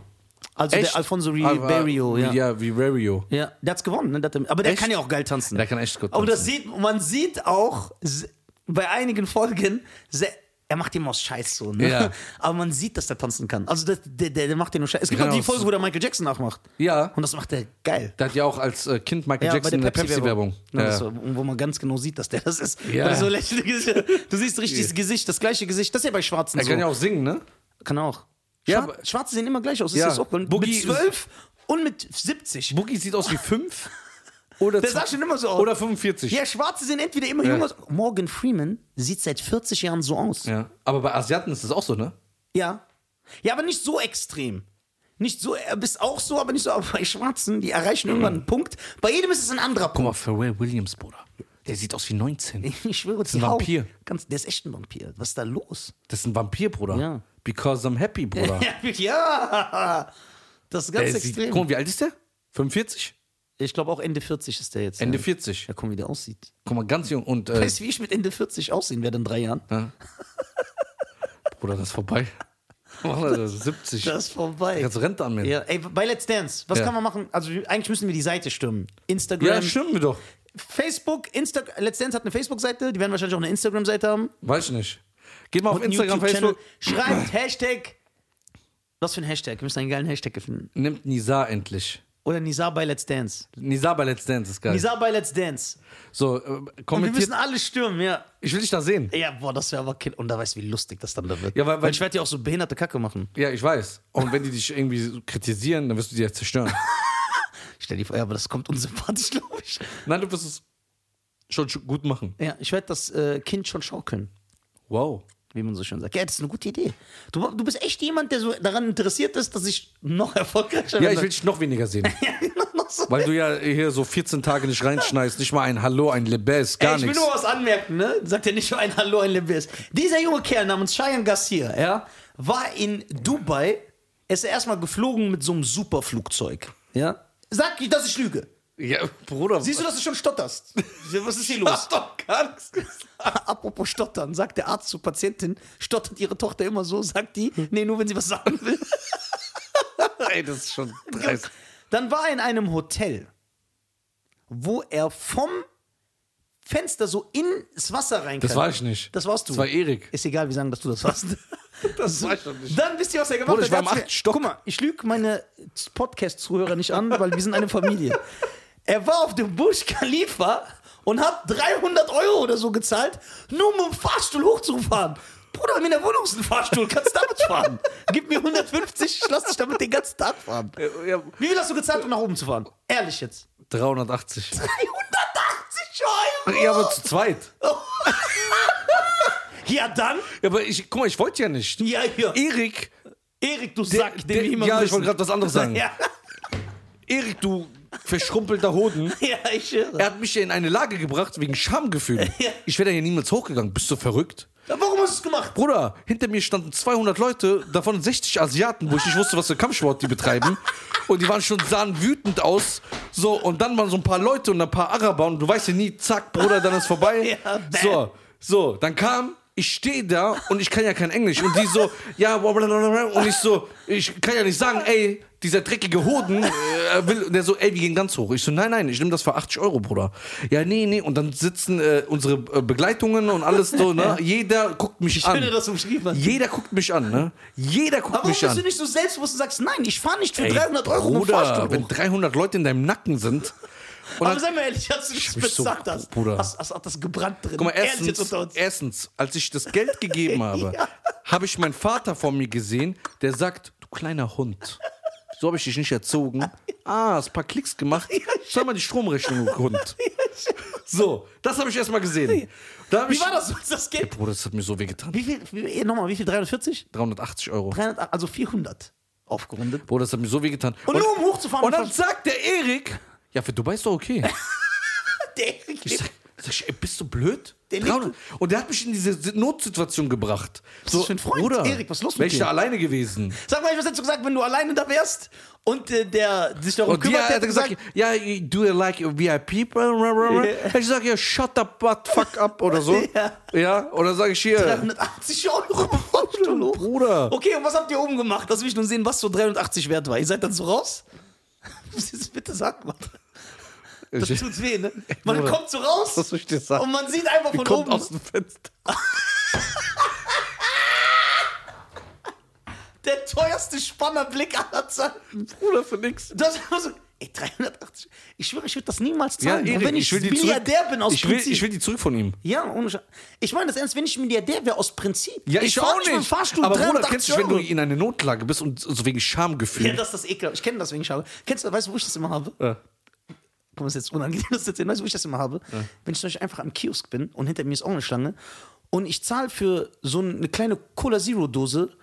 [SPEAKER 1] Also der Alfonso Ribeiro, ja. ja.
[SPEAKER 2] Ja, Riberio.
[SPEAKER 1] der hat's gewonnen. Ne? Der hat- Aber der
[SPEAKER 2] Echt?
[SPEAKER 1] kann ja auch geil tanzen.
[SPEAKER 2] Der kann echt gut
[SPEAKER 1] Aber das
[SPEAKER 2] tanzen.
[SPEAKER 1] sieht, man sieht auch se- bei einigen Folgen, se- er macht ihm aus Scheiß so. Ne?
[SPEAKER 2] Ja.
[SPEAKER 1] [laughs] Aber man sieht, dass der tanzen kann. Also das, der, der, der macht den nur Scheiß. Es gibt
[SPEAKER 2] kann
[SPEAKER 1] auch die
[SPEAKER 2] auch-
[SPEAKER 1] Folge, wo der Michael Jackson nachmacht.
[SPEAKER 2] Ja.
[SPEAKER 1] Und das macht er geil.
[SPEAKER 2] Der hat ja auch als äh, Kind Michael Jackson in der Pepsi-Werbung.
[SPEAKER 1] Ja, das
[SPEAKER 2] ja.
[SPEAKER 1] so, wo man ganz genau sieht, dass der das ist.
[SPEAKER 2] Ja.
[SPEAKER 1] Weil So lächelnde Gesichter. du siehst richtig das Gesicht, das gleiche Gesicht. Das ist ja bei Schwarzen
[SPEAKER 2] Er
[SPEAKER 1] so.
[SPEAKER 2] kann ja auch singen, ne?
[SPEAKER 1] Kann auch.
[SPEAKER 2] Ja,
[SPEAKER 1] Schwar-
[SPEAKER 2] aber-
[SPEAKER 1] Schwarze sehen immer gleich aus. Ist
[SPEAKER 2] Ja.
[SPEAKER 1] das auch mit
[SPEAKER 2] Boogie ist-
[SPEAKER 1] 12 und mit 70.
[SPEAKER 2] Boogie sieht aus wie 5
[SPEAKER 1] [laughs]
[SPEAKER 2] oder,
[SPEAKER 1] Der
[SPEAKER 2] zwei-
[SPEAKER 1] sah schon immer so aus.
[SPEAKER 2] oder 45.
[SPEAKER 1] ja, Schwarze sehen entweder immer jung aus. Morgan Freeman sieht seit 40 Jahren so aus. Ja.
[SPEAKER 2] Ja. Aber bei Asiaten ist das auch so, ne?
[SPEAKER 1] Ja, aber nicht so extrem. Nicht so, er bist auch so, aber nicht so. Aber bei Schwarzen, die erreichen irgendwann einen Punkt. Bei jedem ist es ein anderer Punkt.
[SPEAKER 2] Guck mal, Pharrell Williams, Bruder. Der sieht aus wie 19.
[SPEAKER 1] Ich schwöre, das
[SPEAKER 2] ist ein Vampir.
[SPEAKER 1] Ganz, der ist echt ein Vampir. Was ist da los?
[SPEAKER 2] Das ist ein Vampir, Bruder.
[SPEAKER 1] Ja.
[SPEAKER 2] Because I'm
[SPEAKER 1] [laughs]
[SPEAKER 2] happy, Bruder.
[SPEAKER 1] Ja, das ist ganz
[SPEAKER 2] Der sieht,
[SPEAKER 1] extrem.
[SPEAKER 2] guck mal, wie alt ist der? 45?
[SPEAKER 1] ich glaube auch Ende 40 ist der jetzt.
[SPEAKER 2] Ende
[SPEAKER 1] ja.
[SPEAKER 2] 40.
[SPEAKER 1] Ja, guck mal, wie der aussieht.
[SPEAKER 2] Guck mal, ganz jung. Und äh, ne?
[SPEAKER 1] Weißt du, wie ich mit Ende 40 aussehen werde in drei Jahren?
[SPEAKER 2] Bruder, das ist vorbei. [laughs] Bruder, das ist 70.
[SPEAKER 1] Das ist vorbei.
[SPEAKER 2] Jetzt rennt er an mir.
[SPEAKER 1] Ja, ey, bei Let's Dance, was
[SPEAKER 2] Ja.
[SPEAKER 1] kann man machen? Also wir- eigentlich müssen wir die Seite stimmen. Instagram,
[SPEAKER 2] Ja, stimmen wir doch.
[SPEAKER 1] Facebook, Instagram. Let's Dance hat eine Facebook-Seite, die werden wahrscheinlich auch eine Instagram-Seite haben.
[SPEAKER 2] Weiß ich nicht. Geht mal auf
[SPEAKER 1] einen
[SPEAKER 2] Instagram,
[SPEAKER 1] YouTube-Channel.
[SPEAKER 2] Facebook.
[SPEAKER 1] Schreibt Hashtag. Was für ein Hashtag? Wir müssen einen geilen Hashtag finden.
[SPEAKER 2] Nimmt Nisa endlich.
[SPEAKER 1] Oder Nisa bei Let's Dance.
[SPEAKER 2] Nisa bei Let's Dance ist geil.
[SPEAKER 1] Nisa bei Let's Dance.
[SPEAKER 2] So, äh,
[SPEAKER 1] Und wir müssen
[SPEAKER 2] kommentiert.
[SPEAKER 1] alle stürmen, ja.
[SPEAKER 2] Ich will dich da sehen.
[SPEAKER 1] Ja, boah, das wäre aber kill. Und da weißt du, wie lustig das dann da wird.
[SPEAKER 2] Ja, weil- weil-
[SPEAKER 1] ich werde ja auch so behinderte Kacke machen.
[SPEAKER 2] Ja, ich weiß. Und wenn die dich irgendwie so kritisieren, dann wirst du die ja zerstören.
[SPEAKER 1] Stell dir vor, ja, aber das kommt unsympathisch, [laughs] glaube ich.
[SPEAKER 2] Nein, du wirst es schon sch- gut machen.
[SPEAKER 1] Ja, ich werde das äh, Kind schon schaukeln.
[SPEAKER 2] Wow.
[SPEAKER 1] wie man so schön sagt. Ja, das ist eine gute Idee. Du, du bist echt jemand, der so daran interessiert ist, dass ich noch erfolgreicher
[SPEAKER 2] Ja,
[SPEAKER 1] werde.
[SPEAKER 2] ich
[SPEAKER 1] [laughs]
[SPEAKER 2] will dich noch weniger sehen.
[SPEAKER 1] Noch so-
[SPEAKER 2] Weil du ja hier so 14 Tage nicht reinschneidest, nicht mal ein Hallo, ein Lebes, gar
[SPEAKER 1] Ey, ich will
[SPEAKER 2] nichts.
[SPEAKER 1] nur was anmerken, ne? Sagt ja nicht nur ein Hallo, ein Lebes. Dieser junge Kerl namens Cheyenne Garcia, ja, war in Dubai, ist er erstmal geflogen mit so einem Superflugzeug, ja? Sag, dass ich lüge.
[SPEAKER 2] Ja, Bruder,
[SPEAKER 1] Siehst du, dass du schon stotterst? Was [laughs] ist hier los?
[SPEAKER 2] hast doch gar nichts gesagt.
[SPEAKER 1] [laughs] Apropos Stottern, sagt der Arzt zur Patientin, stottert ihre Tochter immer so, sagt die,
[SPEAKER 2] Hm.
[SPEAKER 1] nee, nur wenn sie was sagen will.
[SPEAKER 2] Ey, das ist
[SPEAKER 1] [laughs]
[SPEAKER 2] schon dreist.
[SPEAKER 1] Dann war er in einem Hotel, wo er vom Fenster so ins Wasser reinkam.
[SPEAKER 2] Das war ich nicht.
[SPEAKER 1] Das warst du.
[SPEAKER 2] Das war Erik.
[SPEAKER 1] Ist egal, wir sagen, dass du das warst.
[SPEAKER 2] [laughs] Das war ich doch nicht.
[SPEAKER 1] Dann wisst ihr, was er gemacht hat.
[SPEAKER 2] Bruder, ich war
[SPEAKER 1] Er hat's
[SPEAKER 2] im
[SPEAKER 1] mir-
[SPEAKER 2] achten Stock.
[SPEAKER 1] Guck mal, ich lüge meine Podcast-Zuhörer nicht an, weil wir sind eine
[SPEAKER 2] [laughs]
[SPEAKER 1] Familie. Er war auf dem Busch Khalifa und hat 300 Euro oder so gezahlt, nur um im Fahrstuhl hochzufahren. Bruder, wir haben in der Wohnung ist ein Fahrstuhl, kannst damit fahren. Gib mir 150, ich lass dich damit den ganzen Tag fahren.
[SPEAKER 2] Ja,
[SPEAKER 1] Wie viel hast du gezahlt, um nach oben zu fahren? Ehrlich jetzt.
[SPEAKER 2] 380.
[SPEAKER 1] 380 Euro!
[SPEAKER 2] Ja, aber zu zweit.
[SPEAKER 1] Ja, dann?
[SPEAKER 2] Ja, aber ich, guck mal, ich wollte ja nicht.
[SPEAKER 1] Ja, ja.
[SPEAKER 2] Erik,
[SPEAKER 1] Erik, du Sack, den
[SPEAKER 2] der-
[SPEAKER 1] wir immer
[SPEAKER 2] ja, ich
[SPEAKER 1] grüßen.
[SPEAKER 2] wollte gerade was anderes
[SPEAKER 1] [laughs]
[SPEAKER 2] sagen.
[SPEAKER 1] Ja,
[SPEAKER 2] Erik, du verschrumpelter Hoden.
[SPEAKER 1] ja ich höre.
[SPEAKER 2] Er hat mich ja in eine Lage gebracht wegen Schamgefühl.
[SPEAKER 1] [laughs] Ja.
[SPEAKER 2] Ich wäre ja niemals hochgegangen. Bist du verrückt?
[SPEAKER 1] Warum hast du es gemacht?
[SPEAKER 2] Bruder, hinter mir standen 200 Leute, davon 60 Asiaten, wo ich nicht wusste, was für Kampfsport die betreiben. Und die waren schon, sahen wütend aus. So, und dann waren so ein paar Leute und ein paar Araber und du weißt ja nie, zack, Bruder, dann ist vorbei.
[SPEAKER 1] [laughs] Ja, bam.
[SPEAKER 2] so, so, dann kam, ich stehe da und ich kann ja kein Englisch. Und die so, ja, blablabla. und ich so, ich kann ja nicht sagen, ey, dieser dreckige Hoden, äh, will, und der so, ey, wir gehen ganz hoch. Ich so, nein, nein, ich nehme das für 80 Euro, Bruder. Ja, nee, nee. Und dann sitzen äh, unsere äh, Begleitungen und alles so, ne?
[SPEAKER 1] [laughs]
[SPEAKER 2] Jeder guckt mich an.
[SPEAKER 1] Schön, dass du umschrieben hast.
[SPEAKER 2] Jeder guckt mich an, ne? Jeder guckt
[SPEAKER 1] Warum
[SPEAKER 2] mich
[SPEAKER 1] bist
[SPEAKER 2] an.
[SPEAKER 1] du nicht so selbstbewusst und sagst, nein, ich fahre nicht für
[SPEAKER 2] Ey,
[SPEAKER 1] 300 Euro einen
[SPEAKER 2] Bruder,
[SPEAKER 1] Fahrstuhl
[SPEAKER 2] wenn
[SPEAKER 1] hoch?
[SPEAKER 2] 300 Leute in deinem Nacken sind. Und
[SPEAKER 1] Aber
[SPEAKER 2] dann,
[SPEAKER 1] sei mal ehrlich, hast du das
[SPEAKER 2] mich so-
[SPEAKER 1] bezahlt hast?
[SPEAKER 2] Bruder.
[SPEAKER 1] Hast, hast, hast das gebrannt drin?
[SPEAKER 2] guck mal,
[SPEAKER 1] ehrlich jetzt
[SPEAKER 2] erstens,
[SPEAKER 1] unter uns.
[SPEAKER 2] erstens, als ich das
[SPEAKER 1] [laughs]
[SPEAKER 2] Geld gegeben habe,
[SPEAKER 1] Ja.
[SPEAKER 2] habe ich meinen Vater vor mir gesehen, der sagt, du kleiner Hund, so habe ich dich nicht erzogen. Ah, hast ein paar Klicks gemacht. Schau mal die Stromrechnung, du
[SPEAKER 1] [laughs]
[SPEAKER 2] Hund. So, das habe ich erstmal gesehen. Da hab
[SPEAKER 1] Wie
[SPEAKER 2] ich,
[SPEAKER 1] war das, als das Geld?
[SPEAKER 2] Bruder, das hat mir so wehgetan.
[SPEAKER 1] Wie viel, wie, eh, nochmal, wie viel? 340?
[SPEAKER 2] 380 Euro.
[SPEAKER 1] 300, also 400 aufgerundet.
[SPEAKER 2] Bruder, das hat mir so wehgetan.
[SPEAKER 1] Und, nur um hochzufahren.
[SPEAKER 2] Und dann sagt der Erik, ja, für Dubai ist
[SPEAKER 1] [laughs]
[SPEAKER 2] doch okay.
[SPEAKER 1] [laughs] der,
[SPEAKER 2] Ich sag, sag ich, ey, bist du blöd?
[SPEAKER 1] Der
[SPEAKER 2] Traum-
[SPEAKER 1] liegt-
[SPEAKER 2] Und der hat mich in diese Notsituation gebracht.
[SPEAKER 1] ist das für ein Freund?
[SPEAKER 2] Bruder,
[SPEAKER 1] Erik, was ist los mit
[SPEAKER 2] Wäre ich
[SPEAKER 1] dir?
[SPEAKER 2] da alleine gewesen.
[SPEAKER 1] sag mal, was hättest du gesagt, wenn du alleine da wärst und äh, der sich darum
[SPEAKER 2] Und ja,
[SPEAKER 1] kümmert,
[SPEAKER 2] hat er gesagt, ja, you- do you like
[SPEAKER 1] [laughs]
[SPEAKER 2] VIP? Yeah. Ich sage, ja, shut the butt, fuck up oder so.
[SPEAKER 1] [laughs] Ja.
[SPEAKER 2] Ja, oder sage ich hier,
[SPEAKER 1] 380 Euro pro Fahrstuhl hoch.
[SPEAKER 2] Oh, Bruder.
[SPEAKER 1] Okay, und was habt ihr oben gemacht? Das will ich nun sehen, was so 380 wert war. Ihr seid dann so raus? [laughs] Bitte sag mal. Das
[SPEAKER 2] Ich-
[SPEAKER 1] tut
[SPEAKER 2] [laughs]
[SPEAKER 1] weh, ne? Man
[SPEAKER 2] Bruder,
[SPEAKER 1] kommt so raus
[SPEAKER 2] was soll ich dir sagen?
[SPEAKER 1] und man sieht einfach von
[SPEAKER 2] kommt
[SPEAKER 1] oben.
[SPEAKER 2] aus dem Fenster.
[SPEAKER 1] Der teuerste Spannerblick aller Zeiten.
[SPEAKER 2] Bruder, für nix.
[SPEAKER 1] Das ist einfach so. Ey, 380. Ich schwöre, ich würde das niemals
[SPEAKER 2] Ja,
[SPEAKER 1] zahlen.
[SPEAKER 2] Erik,
[SPEAKER 1] und wenn ich,
[SPEAKER 2] ich will die
[SPEAKER 1] Milliardär
[SPEAKER 2] zurück.
[SPEAKER 1] bin aus
[SPEAKER 2] ich will,
[SPEAKER 1] Prinzip.
[SPEAKER 2] ich will die zurück von ihm.
[SPEAKER 1] ja, ohne Sche Ich meine das ernst, wenn ich Milliardär wäre aus Prinzip.
[SPEAKER 2] Ja, ich,
[SPEAKER 1] fahr
[SPEAKER 2] auch
[SPEAKER 1] mit dem
[SPEAKER 2] nicht.
[SPEAKER 1] Fahrstuhl
[SPEAKER 2] Aber Bruder,
[SPEAKER 1] 380
[SPEAKER 2] kennst du, wenn
[SPEAKER 1] Euro.
[SPEAKER 2] du in eine Notlage bist und so wegen Schamgefühl.
[SPEAKER 1] Ja, das ist das Ekel. Ich kenne das wegen Schabe. Kennst du, weißt du, wo ich das immer habe?
[SPEAKER 2] Ja.
[SPEAKER 1] Guck mal, das ist jetzt unangenehm, [laughs] das zu erzählen. Weißt du, wo ich das immer habe? Wenn ich zum Beispiel einfach am Kiosk bin und hinter mir ist auch eine Schlange und ich zahle für so eine kleine Cola Zero Dose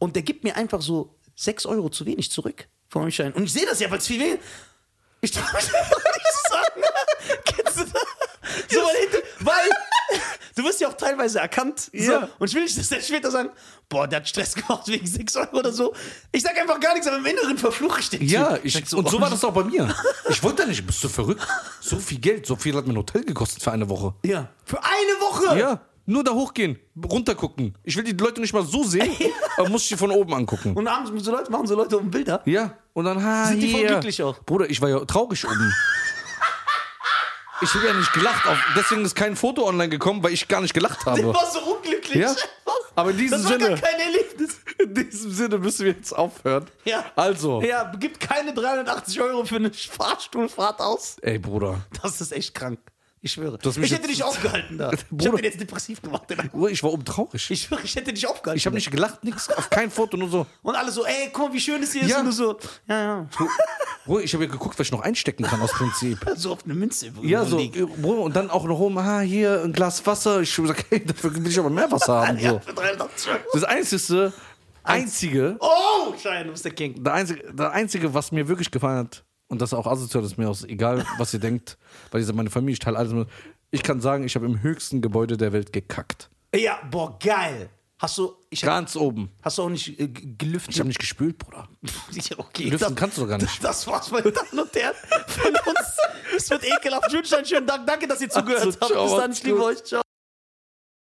[SPEAKER 1] und der gibt mir einfach so 6 Euro zu wenig zurück von meinem Schein. Und ich sehe das ja, weil es viel weh. [laughs] Ich darf mich einfach nicht sagen. ne? Kennst du das? So, weil, hinter, weil [laughs] du wirst ja auch teilweise erkannt. So,
[SPEAKER 2] Ja.
[SPEAKER 1] und ich will nicht, dass der später sagen, boah, der hat Stress gemacht wegen 6 Euro oder so. Ich sag einfach gar nichts, aber im Inneren verfluche ich den
[SPEAKER 2] Ja,
[SPEAKER 1] Typ.
[SPEAKER 2] ich,
[SPEAKER 1] Sag
[SPEAKER 2] und so
[SPEAKER 1] oh,
[SPEAKER 2] war das auch bei mir. Ich wollte da nicht, bist du verrückt? So viel Geld, so viel hat mein Hotel gekostet für eine Woche.
[SPEAKER 1] Ja. Für eine Woche!
[SPEAKER 2] Ja, nur da hochgehen, runtergucken. Ich will die Leute nicht mal so [laughs] sehen, aber muss ich die von oben angucken.
[SPEAKER 1] Und abends mit so Leuten machen so Leute um Bilder.
[SPEAKER 2] Ja, und dann ha,
[SPEAKER 1] Sind die voll
[SPEAKER 2] hier.
[SPEAKER 1] glücklich auch?
[SPEAKER 2] Bruder, ich war ja traurig oben. Ich habe ja nicht gelacht, auf, deswegen ist kein Foto online gekommen, weil ich gar nicht gelacht
[SPEAKER 1] Der
[SPEAKER 2] habe.
[SPEAKER 1] war so unglücklich.
[SPEAKER 2] Ja. Aber in diesem
[SPEAKER 1] das war gar
[SPEAKER 2] Sinne-
[SPEAKER 1] kein Erlebnis.
[SPEAKER 2] [laughs] In diesem Sinne müssen wir jetzt aufhören.
[SPEAKER 1] Ja.
[SPEAKER 2] Also,
[SPEAKER 1] Ja, gibt keine 380 Euro für eine Fahrstuhlfahrt aus.
[SPEAKER 2] ey Bruder,
[SPEAKER 1] Das ist echt krank. Ich schwöre.
[SPEAKER 2] hast mich
[SPEAKER 1] Ich hätte
[SPEAKER 2] jetzt-
[SPEAKER 1] dich aufgehalten
[SPEAKER 2] [laughs]
[SPEAKER 1] da. Ich
[SPEAKER 2] Bruder.
[SPEAKER 1] hätte jetzt depressiv gemacht. Alter.
[SPEAKER 2] Bruder, ich war oben traurig.
[SPEAKER 1] Ich schwöre, ich hätte dich aufgehalten.
[SPEAKER 2] Ich habe nicht gelacht, nix, auf kein Foto, nur so.
[SPEAKER 1] Und alle so, ey, guck mal, wie schön es hier ist.
[SPEAKER 2] Ja.
[SPEAKER 1] Und du so, ja, ja.
[SPEAKER 2] Bro, ich habe ja geguckt, was ich noch einstecken kann
[SPEAKER 1] [laughs]
[SPEAKER 2] aus Prinzip.
[SPEAKER 1] So auf eine Münze. wo
[SPEAKER 2] Ja,
[SPEAKER 1] man
[SPEAKER 2] so,
[SPEAKER 1] liegt.
[SPEAKER 2] Bro, und dann auch noch oben, ah, hier ein Glas Wasser. Ich habe gesagt, [laughs] hey, dafür will ich aber mehr Wasser
[SPEAKER 1] [laughs]
[SPEAKER 2] haben.
[SPEAKER 1] Ja,
[SPEAKER 2] So.
[SPEAKER 1] für 300 Euro.
[SPEAKER 2] Das einzige, einzige,
[SPEAKER 1] Oh, Schein, du bist der King.
[SPEAKER 2] der einzige, der einzige, was mir wirklich gefallen hat, und das ist auch asozial, ist mir auch egal, was ihr denkt, [laughs] weil ihr seid meine Familie, ich teile alles mit. Ich kann sagen, ich habe im höchsten Gebäude der Welt gekackt.
[SPEAKER 1] Ja, boah, geil. Hast du, ich hab,
[SPEAKER 2] Ganz oben.
[SPEAKER 1] hast du auch nicht äh, g-
[SPEAKER 2] Ich
[SPEAKER 1] gelüftet? [laughs]
[SPEAKER 2] habe nicht gespült, Bruder.
[SPEAKER 1] Ja, okay.
[SPEAKER 2] Lüften kannst du doch gar nicht.
[SPEAKER 1] Das, das war's, meine Damen und Herren, von uns. Es wird ekelhaft. Ich wünsche euch einen schönen Dank. Danke, dass ihr zugehört
[SPEAKER 2] Also,
[SPEAKER 1] habt.
[SPEAKER 2] ciao,
[SPEAKER 1] Bis dann,
[SPEAKER 2] macht's
[SPEAKER 1] ich liebe
[SPEAKER 2] gut.
[SPEAKER 1] euch. Ciao.